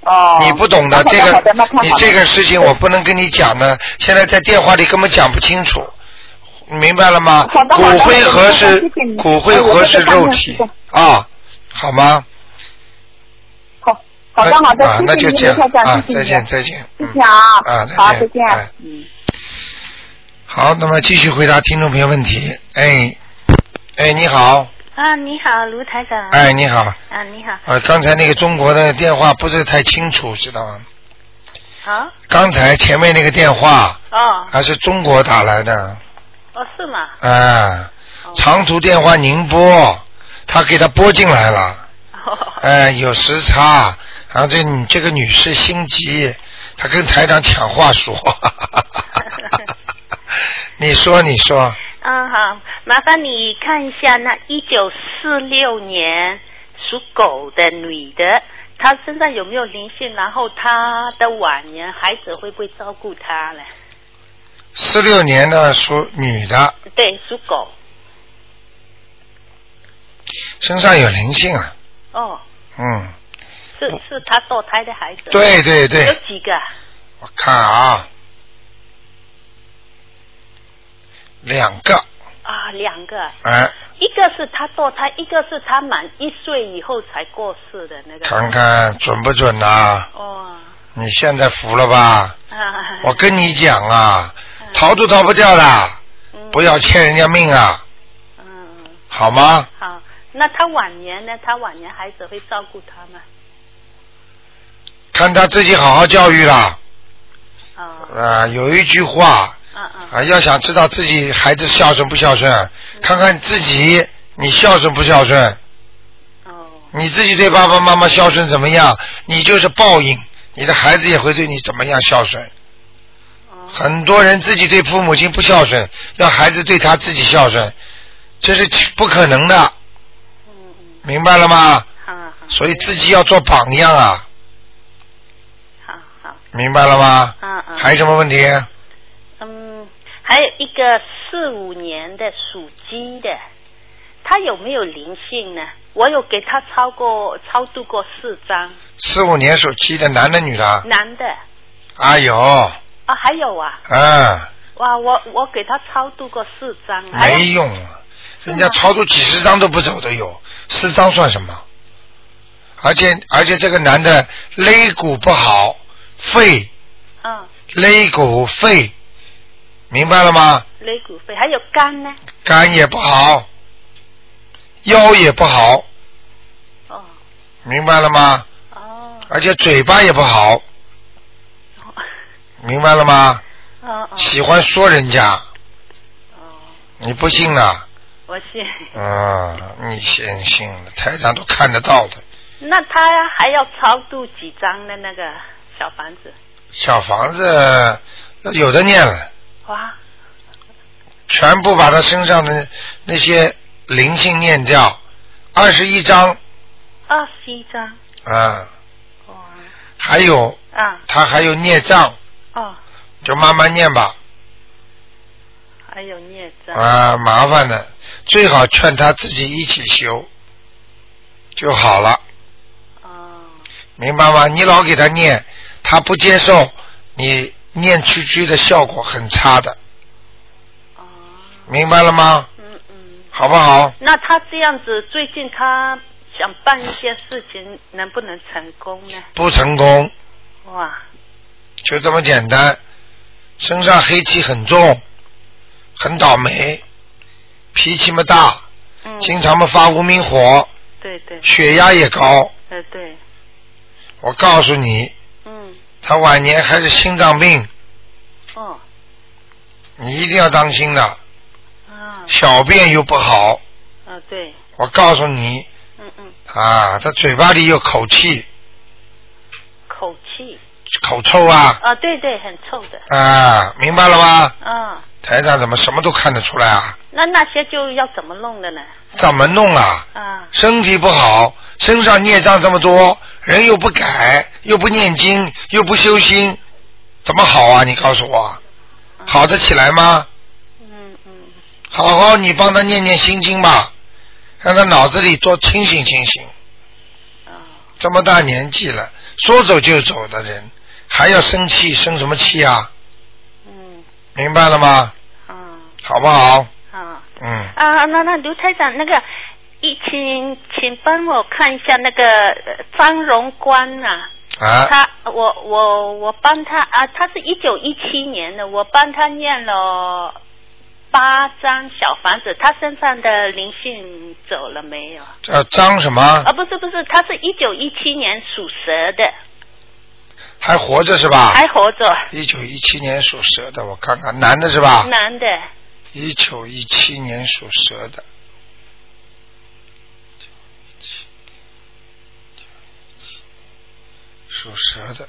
Speaker 7: 哦。
Speaker 1: 你不懂的
Speaker 7: 好
Speaker 1: 这
Speaker 7: 好
Speaker 1: 个
Speaker 7: 的那太，好
Speaker 1: 你
Speaker 7: 了
Speaker 1: 这个事情我不能跟你讲的，现在在电话里根本讲不清楚，明白了吗？
Speaker 7: 好的好的
Speaker 1: 骨灰盒
Speaker 7: 谢谢
Speaker 1: 是
Speaker 7: 你哎
Speaker 1: 骨灰盒是肉体
Speaker 7: 哎我这个看看
Speaker 1: 啊，好吗？
Speaker 7: 好的好的，
Speaker 1: 啊，
Speaker 7: 谢
Speaker 1: 那
Speaker 7: 谢
Speaker 1: 就
Speaker 7: 您，
Speaker 1: 这样
Speaker 7: 台长，
Speaker 1: 啊，
Speaker 7: 谢谢
Speaker 1: 再
Speaker 7: 您
Speaker 1: 见，再见，
Speaker 7: 谢
Speaker 1: 嗯
Speaker 7: 谢啊，
Speaker 1: 啊，
Speaker 7: 好，再
Speaker 1: 再
Speaker 7: 见，
Speaker 1: 哎
Speaker 7: 嗯。
Speaker 1: 好，那么继续回答听众朋友问题。哎，哎，你好，
Speaker 8: 啊，你好，卢台长。
Speaker 1: 哎，你好，
Speaker 8: 啊，你好。
Speaker 1: 呃，刚才那个中国的电话不是太清楚，知道吗？
Speaker 8: 啊？
Speaker 1: 刚才前面那个电话
Speaker 8: 哦，
Speaker 1: 还是中国打来的，
Speaker 8: 哦，是吗？
Speaker 1: 啊，
Speaker 8: 哦
Speaker 1: 长途电话宁波，他给他拨进来了。
Speaker 8: 哦，
Speaker 1: 哎，有时差，然后这你这个女士心急，她跟台长抢话说。 你说，你说，
Speaker 8: 嗯，好，麻烦你看一下那一九四六年属狗的女的，她身上有没有灵性？然后她的晚年孩子会不会照顾她呢？
Speaker 1: 四六年的属女的，
Speaker 8: 对，属狗。
Speaker 1: 身上有灵性啊，
Speaker 8: 哦，
Speaker 1: 嗯，
Speaker 8: 是
Speaker 1: 不
Speaker 8: 是她堕胎的孩子。。
Speaker 1: 对对
Speaker 8: 有
Speaker 1: 对，
Speaker 8: 几个啊？
Speaker 1: 我看啊，两个，
Speaker 8: 啊，两个啊，
Speaker 1: 哎，
Speaker 8: 一个是她堕胎，一个是她满一岁以后才过世的那个。
Speaker 1: 看看准不准呐、
Speaker 8: 哦，
Speaker 1: 你现在服了吧？
Speaker 8: 啊，
Speaker 1: 我跟你讲啊，
Speaker 8: 嗯
Speaker 1: 逃都逃不掉的，
Speaker 8: 嗯
Speaker 1: 不要欠人家命啊，
Speaker 8: 嗯，嗯
Speaker 1: 好吗？
Speaker 8: 好，那他晚年呢？他晚年孩子会照顾他吗？
Speaker 1: 看他自己好好教育啦。
Speaker 8: 啊、
Speaker 1: 啊、有一句话
Speaker 8: 嗯
Speaker 1: 啊、
Speaker 8: 嗯
Speaker 1: 要想知道自己孩子孝顺不孝顺，看看自己你孝顺不孝顺，
Speaker 8: 哦，
Speaker 1: 你自己对爸爸妈妈孝顺怎么样，你就是报应，你的孩子也会对你怎么样孝顺。
Speaker 8: 哦，
Speaker 1: 很多人自己对父母亲不孝顺，要孩子对他自己孝顺，这是不可能的，
Speaker 8: 嗯嗯，
Speaker 1: 明白了吗？
Speaker 8: 好好，
Speaker 1: 所以自己要做榜样啊，
Speaker 8: 好好，
Speaker 1: 明白了吗？
Speaker 8: 嗯嗯，
Speaker 1: 还有什么问题？
Speaker 8: 嗯，还有一个四五年的属鸡的，他有没有灵性呢？我有给他超过超度过四张，
Speaker 1: 四五年属鸡的男的女的？
Speaker 8: 男的
Speaker 1: 啊有，
Speaker 8: 啊，还有啊，
Speaker 1: 嗯。
Speaker 8: 哇，我我给他超度过四张，哎呀
Speaker 1: 没用啊，
Speaker 8: 是
Speaker 1: 人家
Speaker 8: 吗
Speaker 1: 超出几十张都不走的有，十张算什么？而且而且这个男的肋骨不好，肺
Speaker 8: 嗯，
Speaker 1: 肋骨肺，明白了吗？
Speaker 8: 肋骨肺，还有肝呢，
Speaker 1: 肝也不好，腰也不好，
Speaker 8: 哦
Speaker 1: 明白了吗？
Speaker 8: 哦。
Speaker 1: 而且嘴巴也不好，
Speaker 8: 哦
Speaker 1: 明白了吗？
Speaker 8: 哦哦
Speaker 1: 喜欢说人家，
Speaker 8: 哦，
Speaker 1: 你不信呐？
Speaker 8: 我信。
Speaker 1: 啊，你先信了，台上都看得到的。
Speaker 8: 那他还要超度几张的那个小房子？
Speaker 1: 小房子有的念了。
Speaker 8: 哇，
Speaker 1: 全部把他身上的那些灵性念掉，二十一章
Speaker 8: 二十一张。
Speaker 1: 啊，
Speaker 8: 哇，
Speaker 1: 还有
Speaker 8: 啊，
Speaker 1: 他还有孽障，
Speaker 8: 哦，
Speaker 1: 就慢慢念吧
Speaker 8: 还有孽障。
Speaker 1: 啊，麻烦的，最好劝他自己一起修就好了，
Speaker 8: 哦，
Speaker 1: 明白吗？你老给他念，他不接受，你念出去的效果很差的，
Speaker 8: 哦，
Speaker 1: 明白了吗？
Speaker 8: 嗯嗯。
Speaker 1: 好不好？
Speaker 8: 那他这样子，最近他想办一些事情，能不能成功呢？
Speaker 1: 不成功
Speaker 8: 哇，
Speaker 1: 就这么简单，身上黑气很重，很倒霉，脾气么大，
Speaker 8: 嗯，
Speaker 1: 经常么发无名火，
Speaker 8: 对对，
Speaker 1: 血压也高。
Speaker 8: 呃对，
Speaker 1: 我告诉你，
Speaker 8: 嗯，
Speaker 1: 他晚年还是心脏病，
Speaker 8: 哦，
Speaker 1: 你一定要当心的。
Speaker 8: 啊，
Speaker 1: 小便又不好，
Speaker 8: 呃对，
Speaker 1: 我告诉你
Speaker 8: 嗯嗯，
Speaker 1: 啊，他嘴巴里有口气，
Speaker 8: 口气，
Speaker 1: 口臭啊
Speaker 8: 啊对对，很臭的，
Speaker 1: 啊，明白了吗？
Speaker 8: 啊。
Speaker 1: 台长怎么什么都看得出来啊？
Speaker 8: 那那些就要怎么弄的呢？
Speaker 1: 怎么弄啊？
Speaker 8: 啊，嗯
Speaker 1: 身体不好，身上孽障这么多，人又不改，又不念经，又不修心，怎么好啊？你告诉我，好的起来吗？
Speaker 8: 嗯嗯，
Speaker 1: 好好你帮他念念心经吧，让他脑子里多清醒清醒。
Speaker 8: 啊，
Speaker 1: 这么大年纪了，说走就走的人，还要生气，生什么气啊？
Speaker 8: 嗯
Speaker 1: 明白了吗？
Speaker 8: 啊
Speaker 1: 好不好？
Speaker 8: 啊
Speaker 1: 嗯，
Speaker 8: 啊，那那刘台长那个一请请帮我看一下那个呃张荣官啊，
Speaker 1: 啊，
Speaker 8: 他我我我帮他啊，他是一九一七年的，我帮他念了八张小房子，他身上的灵性走了没有？
Speaker 1: 呃，张什么
Speaker 8: 啊，不是不是，他是一九一七年属蛇的，
Speaker 1: 还活着是吧？
Speaker 8: 还活着，
Speaker 1: 一九一七年属蛇的，我看看，男的是吧？
Speaker 8: 男的，
Speaker 1: 一九一七年属蛇的。属蛇的，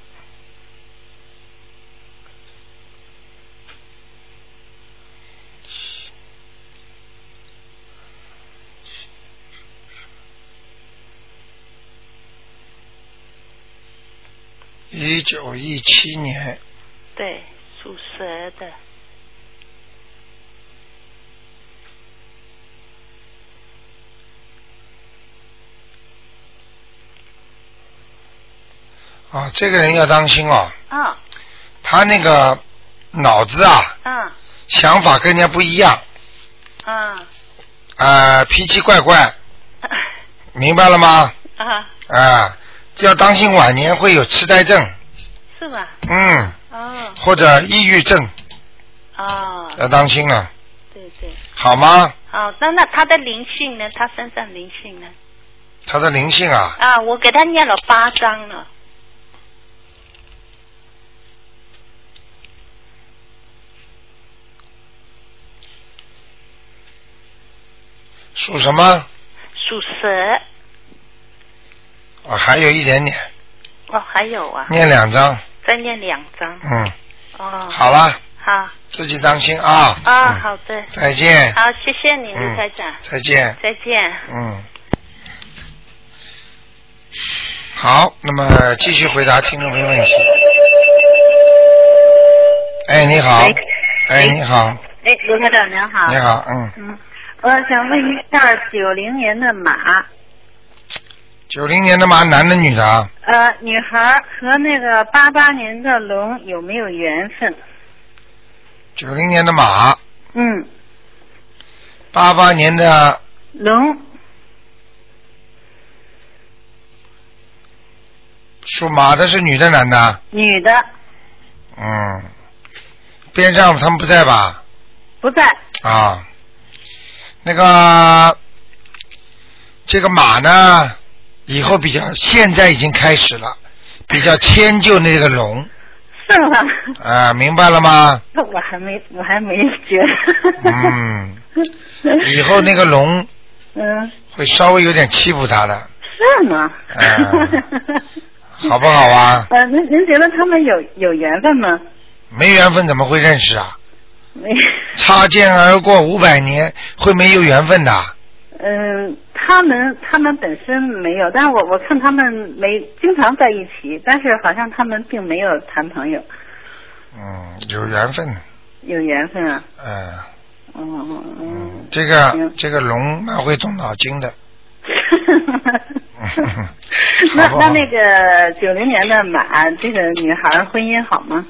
Speaker 1: 一九一七年，
Speaker 8: 对，属蛇的，
Speaker 1: 啊，这个人要当心哦，
Speaker 8: 嗯
Speaker 1: 他那个脑子啊，
Speaker 8: 嗯
Speaker 1: 想法跟人家不一样，
Speaker 8: 嗯
Speaker 1: 啊，脾气怪 怪，明白了吗？
Speaker 8: 啊，
Speaker 1: 啊，要当心晚年会有痴呆症，
Speaker 8: 是吧？
Speaker 1: 嗯，
Speaker 8: 哦
Speaker 1: 或者抑郁症，
Speaker 8: 哦，
Speaker 1: 要当心了，
Speaker 8: 对对，
Speaker 1: 好吗？
Speaker 8: 哦，那那他的灵性呢？他身上灵性呢？
Speaker 1: 他的灵性啊，
Speaker 8: 啊，我给他念了八张了，
Speaker 1: 属什么？
Speaker 8: 属蛇。
Speaker 1: 啊，还有一点点，
Speaker 8: 哦，还有啊，
Speaker 1: 念两张，
Speaker 8: 再念两张。
Speaker 1: 嗯，
Speaker 8: 哦，
Speaker 1: 好了，
Speaker 8: 好
Speaker 1: 自己当心啊。
Speaker 8: 啊，
Speaker 1: 嗯，
Speaker 8: 好的，
Speaker 1: 再见，
Speaker 8: 好，谢谢你，
Speaker 1: 嗯
Speaker 8: 卢台长，
Speaker 1: 再见，
Speaker 8: 再见。
Speaker 1: 嗯。好，那么继续回答听众朋友问题。哎，你好
Speaker 9: 喂，
Speaker 1: 哎，你好，
Speaker 9: 哎，卢科长您好
Speaker 1: 你好，嗯，
Speaker 9: 嗯，我想问一下九零年的马，
Speaker 1: 九零年的马，男的女的啊？
Speaker 9: 呃，女孩和那个八八年的龙有没有缘分？
Speaker 1: 九零年的马，
Speaker 9: 嗯，
Speaker 1: 八八年的
Speaker 9: 龙
Speaker 1: 属马的是女的男的？
Speaker 9: 女的
Speaker 1: 嗯，边上他们不在吧？
Speaker 9: 不在，
Speaker 1: 啊，那个这个马呢，以后比较现在已经开始了，比较迁就那个龙
Speaker 9: 是吗？
Speaker 1: 啊，明白了吗？
Speaker 9: 我还没我还没觉得。
Speaker 1: 嗯，以后那个龙
Speaker 9: 嗯，
Speaker 1: 会稍微有点欺负他的，
Speaker 9: 是吗？
Speaker 1: 嗯好不好啊？
Speaker 9: 呃，您您觉得他们有有缘分吗？
Speaker 1: 没缘分怎么会认识啊？
Speaker 9: 没，
Speaker 1: 擦肩而过五百年，会没有缘分的。
Speaker 9: 嗯、他们他们本身没有，但是我我看他们没经常在一起，但是好像他们并没有谈朋友，
Speaker 1: 嗯，有缘分，
Speaker 9: 有缘分啊。
Speaker 1: 嗯，
Speaker 9: 嗯嗯
Speaker 1: 这个
Speaker 9: 行
Speaker 1: 这个龙蛮会动脑筋的。
Speaker 9: 嗯那那那个九零年的马，这个女孩婚姻好吗？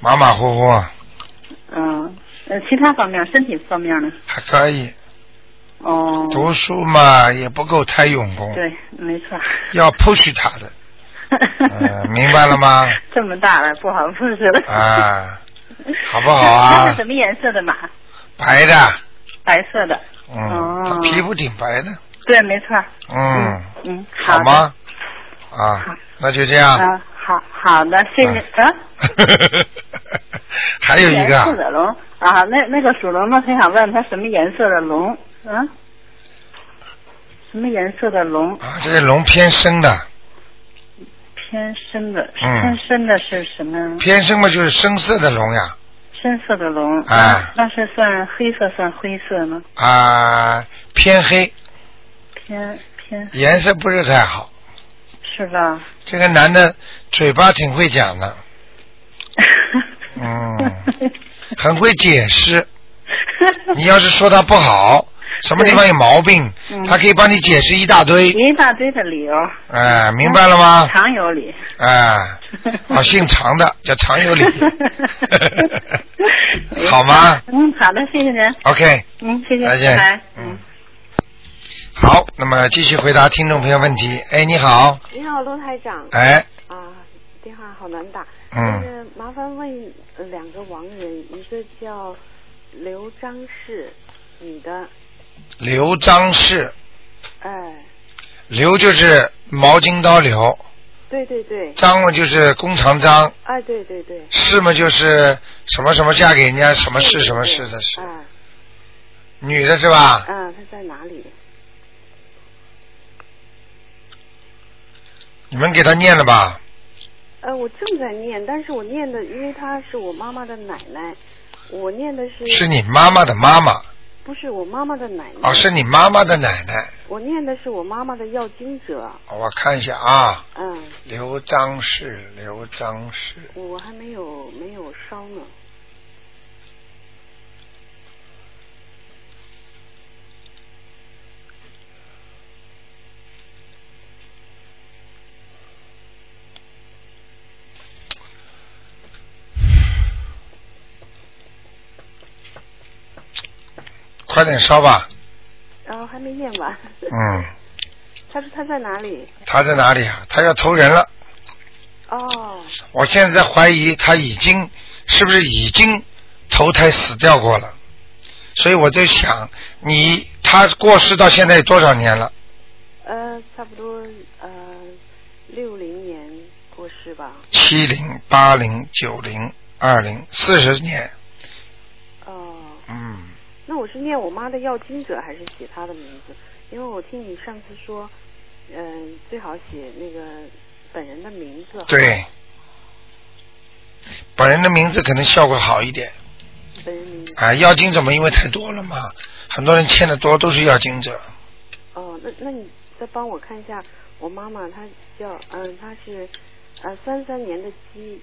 Speaker 1: 马马虎虎
Speaker 9: 嗯，呃，其他方面，身体方面呢？
Speaker 1: 还可以，
Speaker 9: 哦，
Speaker 1: 读书嘛也不够太用功，
Speaker 9: 对，没错。
Speaker 1: 要 push 他的呃明白了吗？
Speaker 9: 这么大了，不好复制了。
Speaker 1: 啊，好不好 啊
Speaker 9: 它是什么颜色的马？
Speaker 1: 白的，
Speaker 9: 白色的。
Speaker 1: 嗯，
Speaker 9: 哦
Speaker 1: 他皮肤挺白的，
Speaker 9: 对，没错。
Speaker 1: 嗯，
Speaker 9: 嗯，
Speaker 1: 好
Speaker 9: 的？
Speaker 1: 吗？啊
Speaker 9: 好，
Speaker 1: 那就这样。
Speaker 9: 啊，好好的，谢谢啊。
Speaker 1: 还有一
Speaker 9: 颜色
Speaker 1: 个
Speaker 9: 的龙啊，那那个属龙的，他想问他什么颜色的龙啊？什么颜色的龙？
Speaker 1: 啊，这个龙偏深的，
Speaker 9: 偏深的，
Speaker 1: 嗯
Speaker 9: 偏深的是什么？
Speaker 1: 偏深嘛就是深色的龙呀。
Speaker 9: 深色的龙
Speaker 1: 啊
Speaker 9: 那是算黑色算灰色呢？
Speaker 1: 啊、偏黑，
Speaker 9: 偏偏
Speaker 1: 颜色不是太好。
Speaker 9: 是吧？
Speaker 1: 这个男的嘴巴挺会讲的，嗯很会解释。你要是说他不好，什么地方有毛病，
Speaker 9: 嗯
Speaker 1: 他可以帮你解释一大堆。
Speaker 9: 一大堆的理由，嗯
Speaker 1: 哎、明白了吗？
Speaker 9: 常有理。
Speaker 1: 哎、啊，姓常的叫常有理，好吗
Speaker 9: 嗯，好的，谢谢您。
Speaker 1: ？OK，
Speaker 9: 嗯，谢谢，
Speaker 1: 再见
Speaker 9: 拜拜。
Speaker 1: 嗯。好，那么继续回答听众朋友问题。哎，你好，
Speaker 10: 你好，卢台长。
Speaker 1: 哎，
Speaker 10: 啊，电话好难打。
Speaker 1: 嗯
Speaker 10: 呃麻烦问呃两个亡人，一个叫刘张氏，女的，
Speaker 1: 刘张氏，
Speaker 10: 哎，
Speaker 1: 刘就是毛巾刀刘，
Speaker 10: 对对对，
Speaker 1: 张嘛就是弓长张，
Speaker 10: 哎，对对对，
Speaker 1: 氏嘛就是什么什么嫁给人家什么
Speaker 10: 对
Speaker 1: 氏
Speaker 10: 对
Speaker 1: 什么
Speaker 10: 对
Speaker 1: 氏的氏，
Speaker 10: 啊，
Speaker 1: 女的是吧？
Speaker 10: 啊，她在哪里？
Speaker 1: 你们给他念了吧？
Speaker 10: 呃，我正在念，但是我念的，因为她是我妈妈的奶奶，我念的是
Speaker 1: 是你妈妈的妈妈，
Speaker 10: 不是我妈妈的奶奶？
Speaker 1: 哦，是你妈妈的奶奶。哦
Speaker 10: 我念的是我妈妈的要经者，
Speaker 1: 我看一下啊，
Speaker 10: 嗯，
Speaker 1: 刘张氏，刘张氏，
Speaker 10: 我还没有没有烧呢，
Speaker 1: 快点烧吧。
Speaker 10: 然哦后还没念 完。
Speaker 1: 嗯，
Speaker 10: 他说他在哪里？
Speaker 1: 他在哪里啊？他要投人了。
Speaker 10: 哦，
Speaker 1: 我现在在怀疑他已经是不是已经投胎死掉过了，所以我在想，你他过世到现在有多少年了？
Speaker 10: 呃，差不多呃六零年过世吧。
Speaker 1: 七零、八零、九零、二零，四十年。
Speaker 10: 哦，
Speaker 1: 嗯，
Speaker 10: 那我是念我妈的要经者，还是写她的名字？因为我听你上次说，嗯、最好写那个本人的名字。。
Speaker 1: 对。本人的名字可能效果好一点
Speaker 10: 本人名字。
Speaker 1: 啊，妖精怎么因为太多了嘛，很多人欠的多都是妖精者。
Speaker 10: 哦，那那你再帮我看一下，我妈妈她叫嗯、她是呃三三年的鸡，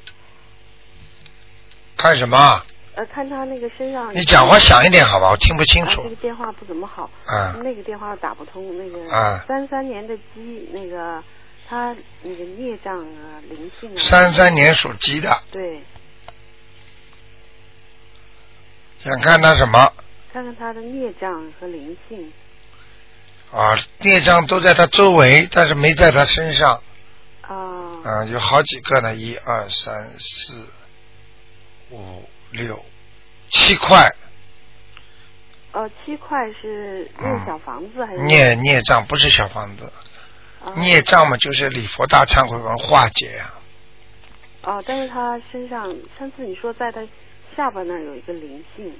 Speaker 1: 看什么啊？
Speaker 10: 呃，看她那个身上。
Speaker 1: 你讲话响一点好吧，我听不清
Speaker 10: 啊，这
Speaker 1: 楚
Speaker 10: 个电话不怎么好。
Speaker 1: 啊。
Speaker 10: 那个电话打不通，那个
Speaker 1: 啊
Speaker 10: 三三年的鸡，那个他那个孽障啊，灵性啊，
Speaker 1: 三三年属鸡的，
Speaker 10: 对，
Speaker 1: 想看他什么？
Speaker 10: 看看他的孽障和灵性，
Speaker 1: 啊，孽障都在他周围，但是没在他身上。
Speaker 10: 啊、
Speaker 1: 啊，有好几个呢，一二三四五六七块
Speaker 10: 呃，七块是念小房子还是
Speaker 1: 孽孽障，不是小房子。
Speaker 10: 嗯啊
Speaker 1: 孽障嘛，就是礼佛大忏悔文化解啊。
Speaker 10: 哦，但是他身上上次你说在他下巴那儿有一个灵性，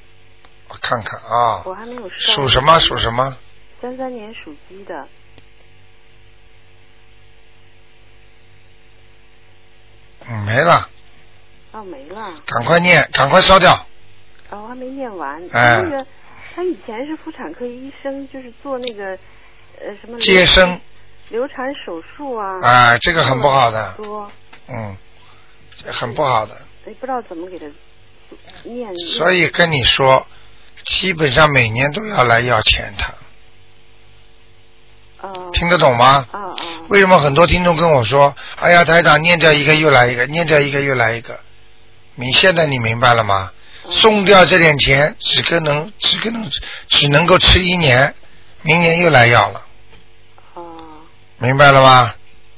Speaker 1: 我看看啊
Speaker 10: 我，还没有收。
Speaker 1: 属什么？属什么？
Speaker 10: 三三年属鸡的，
Speaker 1: 嗯，没了，
Speaker 10: 啊没了，
Speaker 1: 赶快念，赶快烧掉。
Speaker 10: 啊我还没念完。
Speaker 1: 哎
Speaker 10: 他那个他以前是妇产科医生，就是做那个呃什么
Speaker 1: 接生
Speaker 10: 流产手术啊，
Speaker 1: 啊，这个很不好的，
Speaker 10: 多，
Speaker 1: 嗯，这很不好的。
Speaker 10: 也不知道怎么给他念。
Speaker 1: 所以跟你说，基本上每年都要来要钱的，
Speaker 10: 啊
Speaker 1: 听得懂吗？
Speaker 10: 啊啊
Speaker 1: 为什么很多听众跟我说：“哎呀，台长念掉一个又来一个，念掉一个又来一个。”你现在你明白了吗？送掉这点钱，只可能只可能只能够吃一年，明年又来要了，
Speaker 10: 啊！
Speaker 1: 明白了吗？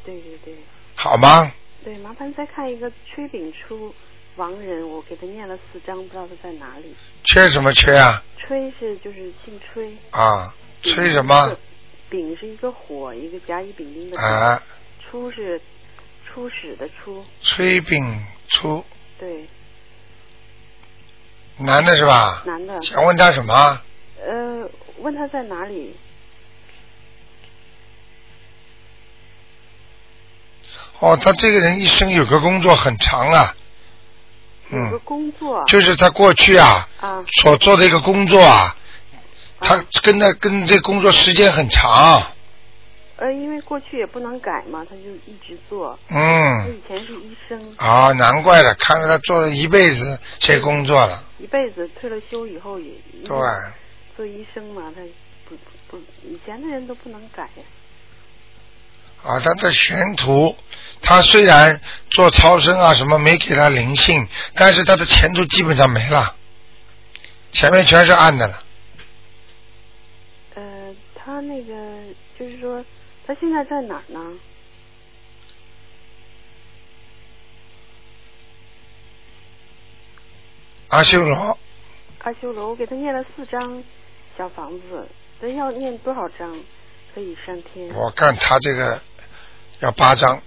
Speaker 10: 对对对
Speaker 1: 好吗？
Speaker 10: 对，麻烦再看一个崔炳初亡人，我给他念了四张，不知道他在哪里。
Speaker 1: 缺什么缺啊？
Speaker 10: 崔是就是姓崔，
Speaker 1: 啊，
Speaker 10: 丙
Speaker 1: 催什么
Speaker 10: 是？丙是一个火，一个甲乙丙丁的丙，
Speaker 1: 啊，
Speaker 10: 初是初始的初，
Speaker 1: 催病出
Speaker 10: 对，
Speaker 1: 男的是吧？
Speaker 10: 男的。
Speaker 1: 想问他什么？
Speaker 10: 呃，问他在哪里？
Speaker 1: 哦，他这个人一生有个工作很长啊，
Speaker 10: 有个
Speaker 1: 嗯，
Speaker 10: 工作
Speaker 1: 就是他过去啊，
Speaker 10: 啊
Speaker 1: 所做的一个工作啊，他
Speaker 10: 啊，
Speaker 1: 跟那跟这工作时间很长，
Speaker 10: 呃，因为过去也不能改嘛，他就一直做。他
Speaker 1: 嗯，
Speaker 10: 以前是医生，
Speaker 1: 啊，难怪了，看着他做了一辈子这工作了，
Speaker 10: 一辈子退了休以后也
Speaker 1: 对，
Speaker 10: 做医生嘛，他不不以前的人都不能改呀。
Speaker 1: 啊，他的前途，他虽然做超生啊什么没给他灵性，但是他的前途基本上没了，前面全是暗的了，
Speaker 10: 呃，他那个他现在在哪儿呢？
Speaker 1: 阿修罗，
Speaker 10: 阿修罗，我给他念了四张小房子，那要念多少张可以上天？
Speaker 1: 我看他这个要八张，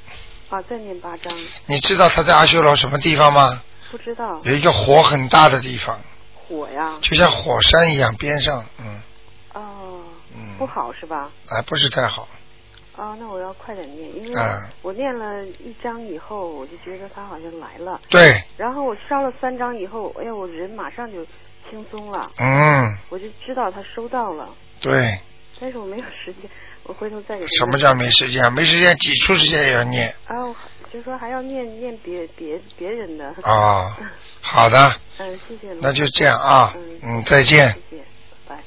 Speaker 10: 啊，再念八张，
Speaker 1: 你知道他在阿修罗什么地方吗？
Speaker 10: 不知道
Speaker 1: 有一个火很大的地方，
Speaker 10: 火呀，
Speaker 1: 就像火山一样，边上，嗯，
Speaker 10: 哦，不好是吧？
Speaker 1: 哎，不是太好，
Speaker 10: 哦，那我要快点念，因为
Speaker 1: 嗯
Speaker 10: 我念了一张以后，我就觉得他好像来了，
Speaker 1: 对，
Speaker 10: 然后我烧了三张以后，哎呀，我人马上就轻松了，
Speaker 1: 嗯，
Speaker 10: 我就知道他收到了，
Speaker 1: 对，
Speaker 10: 但是我没有时间，我回头再给他
Speaker 1: 什么叫没时间？没时间挤出时间也要念
Speaker 10: 啊？我就说还要念念别别别人的
Speaker 1: 啊、好的，
Speaker 10: 嗯，谢谢了。
Speaker 1: 那就这样啊
Speaker 10: 嗯，
Speaker 1: 嗯，再见。
Speaker 10: 谢谢，拜拜。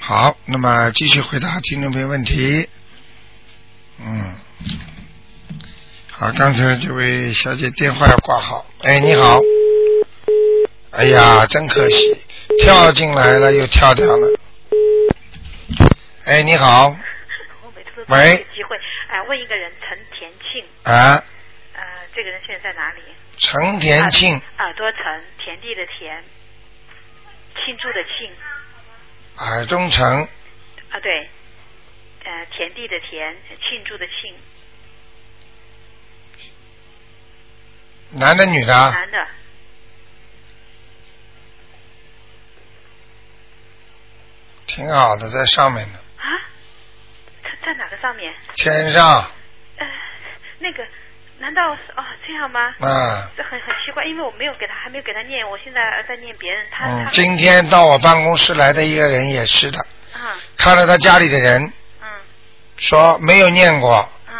Speaker 1: 好，那么继续回答听众朋友问题。嗯，好，刚才这位小姐电话要挂好。哎，你好。哎呀，真可惜，跳进来了又跳掉了。哎，你好，
Speaker 11: 我每次都
Speaker 1: 喂
Speaker 11: 有机会，哎、问一个人陈田庆，
Speaker 1: 啊，
Speaker 11: 呃，这个人现在在哪里？
Speaker 1: 陈田庆
Speaker 11: 耳朵陈，田地的田，庆祝的庆，
Speaker 1: 耳东城，
Speaker 11: 啊对，呃，田地的田，庆祝的庆，
Speaker 1: 男的女的啊？
Speaker 11: 男的，
Speaker 1: 挺好的，在上面呢，
Speaker 11: 他在哪个上面？
Speaker 1: 天上
Speaker 11: 那个，难道是哦这样吗？
Speaker 1: 啊。
Speaker 11: 这很很奇怪，因为我没有给他，还没有给他念，我现在呃在念别人，他、
Speaker 1: 嗯
Speaker 11: 他，
Speaker 1: 今天到我办公室来的一个人也是的，
Speaker 11: 啊
Speaker 1: 看了他家里的人，
Speaker 11: 嗯
Speaker 1: 说没有念过，
Speaker 11: 嗯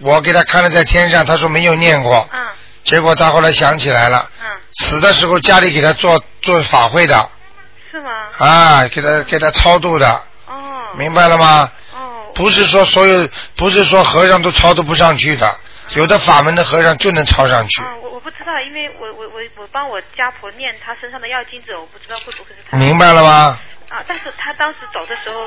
Speaker 1: 我给他看了在天上，他说没有念过，
Speaker 11: 嗯
Speaker 1: 结果他后来想起来了，
Speaker 11: 嗯，
Speaker 1: 死的时候家里给他做做法会的
Speaker 11: 是吗？
Speaker 1: 啊，给他给他超度的，
Speaker 11: 哦
Speaker 1: 明白了吗？
Speaker 11: 哦
Speaker 1: 不是说所有，不是说和尚都超度不上去的，有的法门的和尚就能超上去，
Speaker 11: 啊，我我不知道，因为我我我我帮我家婆念她身上的药精子，我不知道会不会是她。
Speaker 1: 明白了吗？
Speaker 11: 啊，但是她当时走的时候，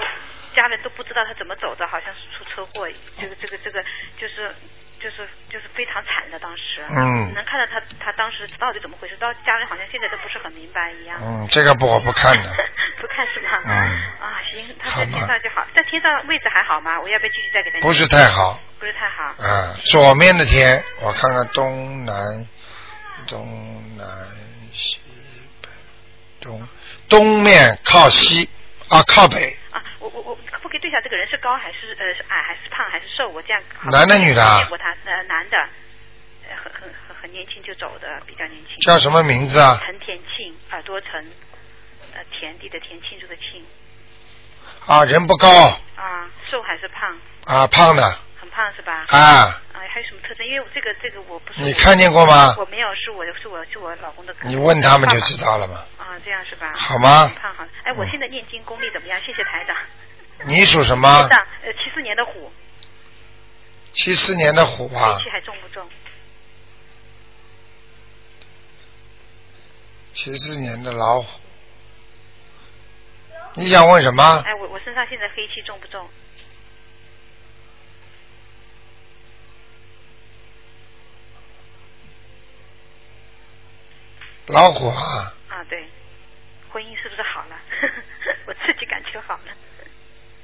Speaker 11: 家人都不知道她怎么走的，好像是出车祸，这个这个这个就是。就是就是非常惨的，当时，啊
Speaker 1: 嗯
Speaker 11: 能看到她她当时到底怎么回事，到家人好像现在都不是很明白一样，
Speaker 1: 嗯，这个不我不看的，
Speaker 11: 不看是吧？
Speaker 1: 嗯
Speaker 11: 啊，行，她在
Speaker 1: 好吧
Speaker 11: 天上就好，在天上位置还好吗？我要不要继续再给她？
Speaker 1: 不是太，好。
Speaker 11: 不是太好，
Speaker 1: 啊，左面的天，我看看东南，东南西北，东东面靠西啊，靠北，
Speaker 11: 啊，我我我可不可以对一下这个人是高还是呃是矮还是胖还是瘦？我这样好
Speaker 1: 男的女的啊
Speaker 11: 见过他呃男的，呃很很很很年轻就走的，比较年轻。
Speaker 1: 叫什么名字啊？
Speaker 11: 陈田庆，耳朵陈，呃田地的田，庆祝的庆
Speaker 1: 啊，人不高
Speaker 11: 啊，瘦还是胖？
Speaker 1: 啊，胖的
Speaker 11: 很胖是吧？
Speaker 1: 啊，
Speaker 11: 啊，还有什么特征？因为我这个这个我不是
Speaker 1: 你看见过吗
Speaker 11: 我没有，是我是我是我老公的。
Speaker 1: 你问他们就知道了嘛。
Speaker 11: 啊，这样是吧？
Speaker 1: 好吗
Speaker 11: 很胖好，哎，我
Speaker 1: 嗯
Speaker 11: 现在念经功力怎么样？谢谢台长。
Speaker 1: 你属什么
Speaker 11: 台？长，呃，七四年的虎，
Speaker 1: 七四年的虎啊
Speaker 11: 脾，气还重不重？
Speaker 1: 七四年的老虎。你想问什么？
Speaker 11: 哎，我我身上现在黑气重不重？
Speaker 1: 老虎啊，
Speaker 11: 啊，对，婚姻是不是好了？ 我自己感觉好了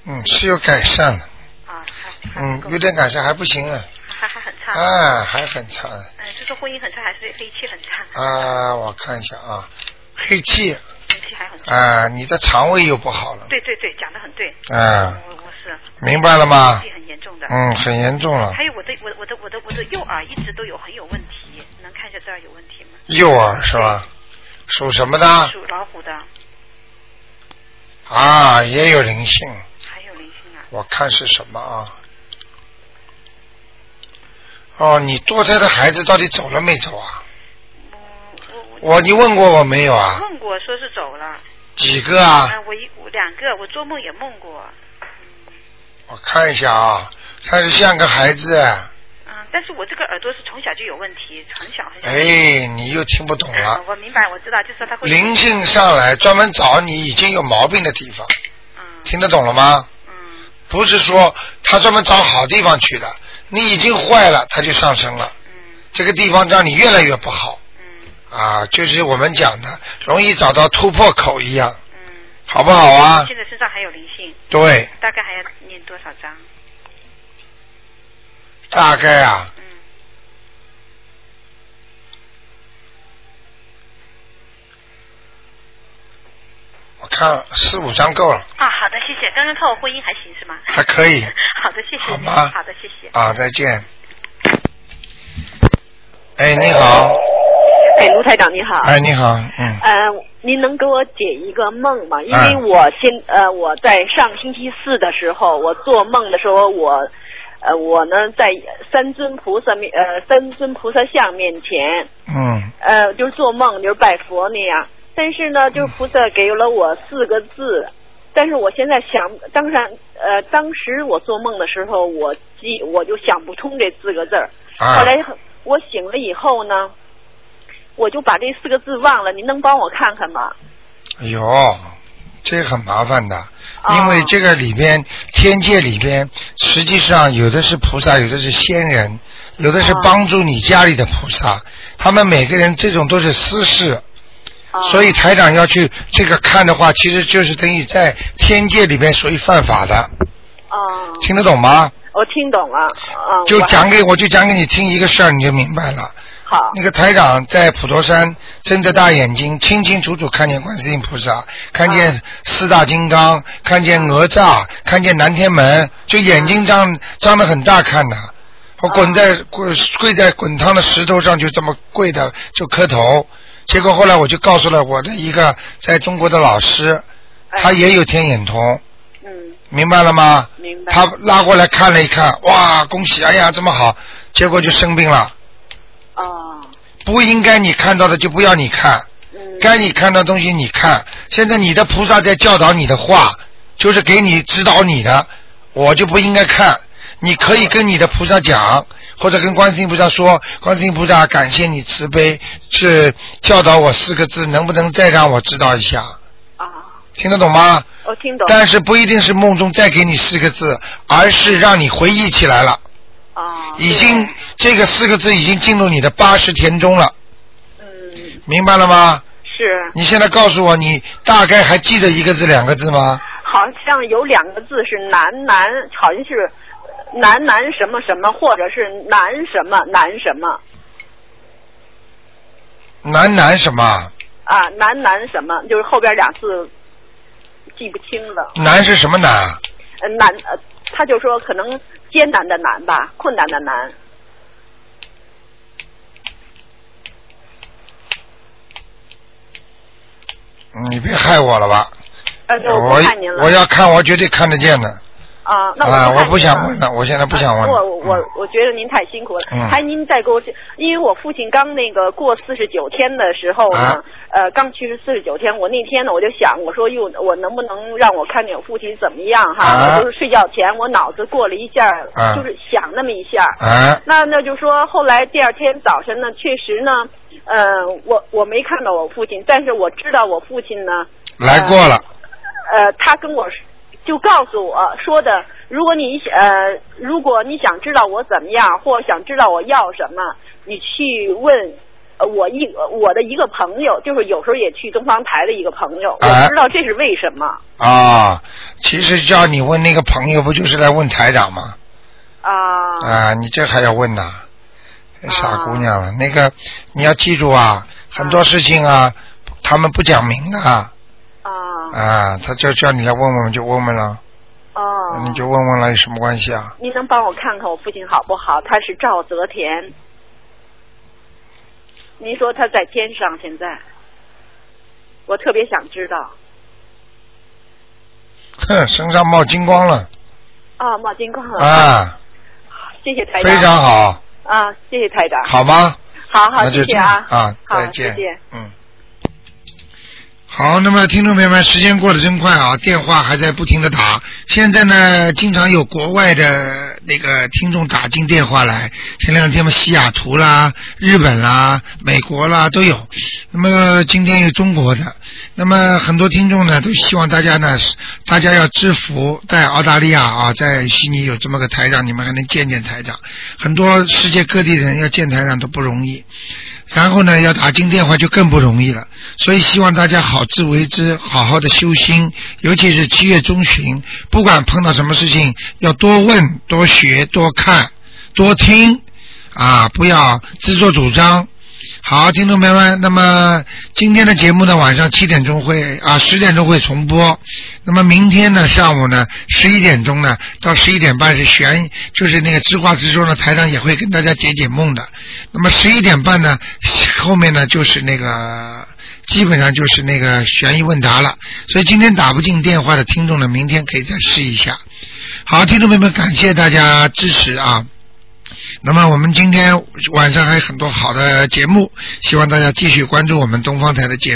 Speaker 1: 嗯，是有改善了，
Speaker 11: 啊，还还
Speaker 1: 嗯
Speaker 11: 够，
Speaker 1: 有点改善还不行啊，
Speaker 11: 还还很差。
Speaker 1: 啊，还很差啊。
Speaker 11: 嗯，是说婚姻很差，还是黑气很差？
Speaker 1: 啊，我看一下啊，黑气
Speaker 11: 黑气还很差。
Speaker 1: 啊，你的肠胃又不好了
Speaker 11: 对对对，讲的很对。
Speaker 1: 啊，
Speaker 11: 我我是。
Speaker 1: 明白了吗
Speaker 11: 黑气很严重的。
Speaker 1: 嗯，很严重了
Speaker 11: 还。有我的我的我的我的我的右耳一直都有很有问题，能看一下这儿有问题吗？
Speaker 1: 右耳是吧？属什么的？
Speaker 11: 属老虎的，
Speaker 1: 啊，也有灵性，
Speaker 11: 还有灵性啊。
Speaker 1: 我看是什么啊？哦，你堕胎的孩子到底走了没走啊？
Speaker 11: 嗯我
Speaker 1: 我你问过我没有啊？
Speaker 11: 问过，说是走了。呃
Speaker 1: 几个啊？
Speaker 11: 我一我两个，我做梦也梦过。
Speaker 1: 我看一下啊，看是像个孩子，
Speaker 11: 嗯，但是我这个耳朵是从小就有问题，很小很小。
Speaker 1: 哎，你又听不懂了
Speaker 11: 啊。我明白，我知道，就是他会
Speaker 1: 灵性上来专门找你已经有毛病的地方，
Speaker 11: 嗯
Speaker 1: 听得懂了吗？
Speaker 11: 嗯
Speaker 1: 不是说他专门找好地方去的。你已经坏了，他就上升了。
Speaker 11: 嗯
Speaker 1: 这个地方让你越来越不好。啊，就是我们讲的，容易找到突破口一样。
Speaker 11: 嗯
Speaker 1: 好不好啊？
Speaker 11: 现在身上还有灵性。
Speaker 1: 对。
Speaker 11: 大概还要念多少章？
Speaker 1: 大概啊。我看四五张够了，
Speaker 11: 啊，好的，谢谢。刚刚看我婚姻还行是吗？
Speaker 1: 还可 以。
Speaker 11: 好的，谢谢。好
Speaker 1: 吗
Speaker 11: 好的，谢谢。
Speaker 1: 啊，再见。哎，你好，
Speaker 12: 哎，卢台长你好。
Speaker 1: 哎，你好，嗯，
Speaker 12: 呃，您能给我解一个梦吗？因为
Speaker 1: 嗯
Speaker 12: 我现呃我在上星期四的时候，我做梦的时候，我呃我呢在三尊菩萨面呃三尊菩萨像面前，
Speaker 1: 嗯，
Speaker 12: 呃就是做梦就是拜佛那样，但是呢就是菩萨给了我四个字，但是我现在想当然呃当时我做梦的时候，我记我就想不通这四个字儿，
Speaker 8: 啊
Speaker 12: 后来我醒了以后呢。我就把这四个字忘了，您能帮我看看吗？
Speaker 1: 哎呦，这个很麻烦的，因为这个里边天界里边，实际上有的是菩萨，有的是仙人，有的是帮助你家里的菩萨，他们每个人这种都是私事。所以台长要去这个看的话，其实就是等于在天界里边属于犯法的。听得懂吗？
Speaker 12: 我听懂了，啊、
Speaker 1: 就讲给
Speaker 12: 我
Speaker 1: 我就讲给你听一个事儿，你就明白了。
Speaker 12: 好，
Speaker 1: 那个台长在普陀山睁着大眼睛，清清楚楚看见观世音菩萨，看见四大金刚，看见哪吒，看见南天门，就眼睛张张得很大看的。我滚在跪跪在滚烫的石头上，就这么跪的就磕头。结果后来我就告诉了我的一个在中国的老师，他也有天眼通。明白了吗？嗯明白。他拉过来看了一看，哇，恭喜！哎呀，这么好，结果就生病了。不应该你看到的就不要你看，该你看到的东西你看。现在你的菩萨在教导你的话，就是给你指导你的，我就不应该看。你可以跟你的菩萨讲，或者跟观世音菩萨说，观世音菩萨感谢你慈悲，是教导我四个字，能不能再让我知道一下？啊，听得懂吗？
Speaker 12: 我听懂。
Speaker 1: 但是不一定是梦中再给你四个字，而是让你回忆起来了。
Speaker 12: 哦
Speaker 1: 啊，已经这个四个字已经进入你的八十田中了。嗯，明白了吗？
Speaker 12: 是
Speaker 1: 你现在告诉我，你大概还记得一个字、两个字吗？
Speaker 12: 好像有两个字是男男，好像是男男什么什么，或者是男什么男什么
Speaker 1: 男男什么？
Speaker 12: 啊，男男什么，就是后边俩字记不清了。
Speaker 1: 男是什么男啊？
Speaker 12: 呃难呃，他就说可能艰难的难吧，困难的难。
Speaker 1: 你别害我了吧！
Speaker 12: 呃，对，我
Speaker 1: 我
Speaker 12: 不看您了。
Speaker 1: 我要看，我绝对看得见的。
Speaker 12: 啊，那
Speaker 1: 啊，
Speaker 12: 我
Speaker 1: 我不想问
Speaker 12: 了。啊
Speaker 1: 了，我现在不想问
Speaker 12: 哎我
Speaker 1: 了。
Speaker 12: 我我我觉得您太辛苦了，
Speaker 1: 嗯
Speaker 12: 还您再给我这，因为我父亲刚那个过四十九天的时候呢，
Speaker 1: 啊
Speaker 12: 呃，刚去世四十九天，我那天呢我就想，我说哟，我能不能让我看见我父亲怎么样哈？
Speaker 1: 啊
Speaker 12: 我就是睡觉前我脑子过了一下，
Speaker 1: 啊
Speaker 12: 就是想那么一下，
Speaker 1: 啊
Speaker 12: 那那就说后来第二天早晨呢，确实呢，呃，我我没看到我父亲，但是我知道我父亲呢，
Speaker 1: 来过了，
Speaker 12: 呃，他跟我说就告诉我说的，如果你呃，如果你想知道我怎么样，或想知道我要什么，你去问。呃我一我的一个朋友，就是有时候也去东方台的一个朋友，
Speaker 1: 哎
Speaker 12: 我知道这是为什么
Speaker 1: 啊，其实叫你问那个朋友，不就是来问台长吗？
Speaker 12: 啊
Speaker 1: 啊，你这还要问呐？哎傻姑娘
Speaker 12: 啊
Speaker 1: 了，那个你要记住啊，很多事情啊，他们不讲明的啊。啊，他就叫你来问问，就问问了，
Speaker 12: 哦。
Speaker 1: 你就问问了，有什么关系啊？
Speaker 12: 您能帮我看看我父亲好不好？他是赵泽田。您啊说他在天上现在，我特别想知道
Speaker 1: 哼，身上冒金光了
Speaker 12: 啊，冒金光了，
Speaker 1: 啊，
Speaker 12: 谢谢台长，
Speaker 1: 非常好，
Speaker 12: 啊，谢谢台长，
Speaker 1: 好吗？
Speaker 12: 好好
Speaker 1: 那就
Speaker 12: 谢
Speaker 1: 这
Speaker 12: 谢
Speaker 1: 样
Speaker 12: 啊，
Speaker 1: 啊，
Speaker 12: 好
Speaker 1: 再见
Speaker 12: 再见，
Speaker 1: 嗯。好，那么听众朋友们，时间过得真快啊，电话还在不停的打。现在呢，经常有国外的那个听众打进电话来，前两天嘛，西雅图啦、日本啦、美国啦都有。那么今天有中国的，那么很多听众呢都希望大家呢，大家要知福，在澳大利亚啊，在悉尼有这么个台长，你们还能见见台长。很多世界各地的人要见台长都不容易。然后呢，要打进电话就更不容易了。所以希望大家好自为之，好好的修心，尤其是七月中旬，不管碰到什么事情，要多问、多学、多看、多听，啊，不要自作主张。好，听众朋友们，那么今天的节目呢，晚上七点钟会啊，十点钟会重播。那么明天呢，下午呢，十一点钟呢到十一点半是悬，就是那个知话直说呢，台上也会跟大家解解梦的。那么十一点半呢，后面呢就是那个。基本上就是那个悬疑问答了，所以今天打不进电话的听众呢，明天可以再试一下。好，听众朋友们，感谢大家支持啊！那么我们今天晚上还有很多好的节目，希望大家继续关注我们东方台的节目。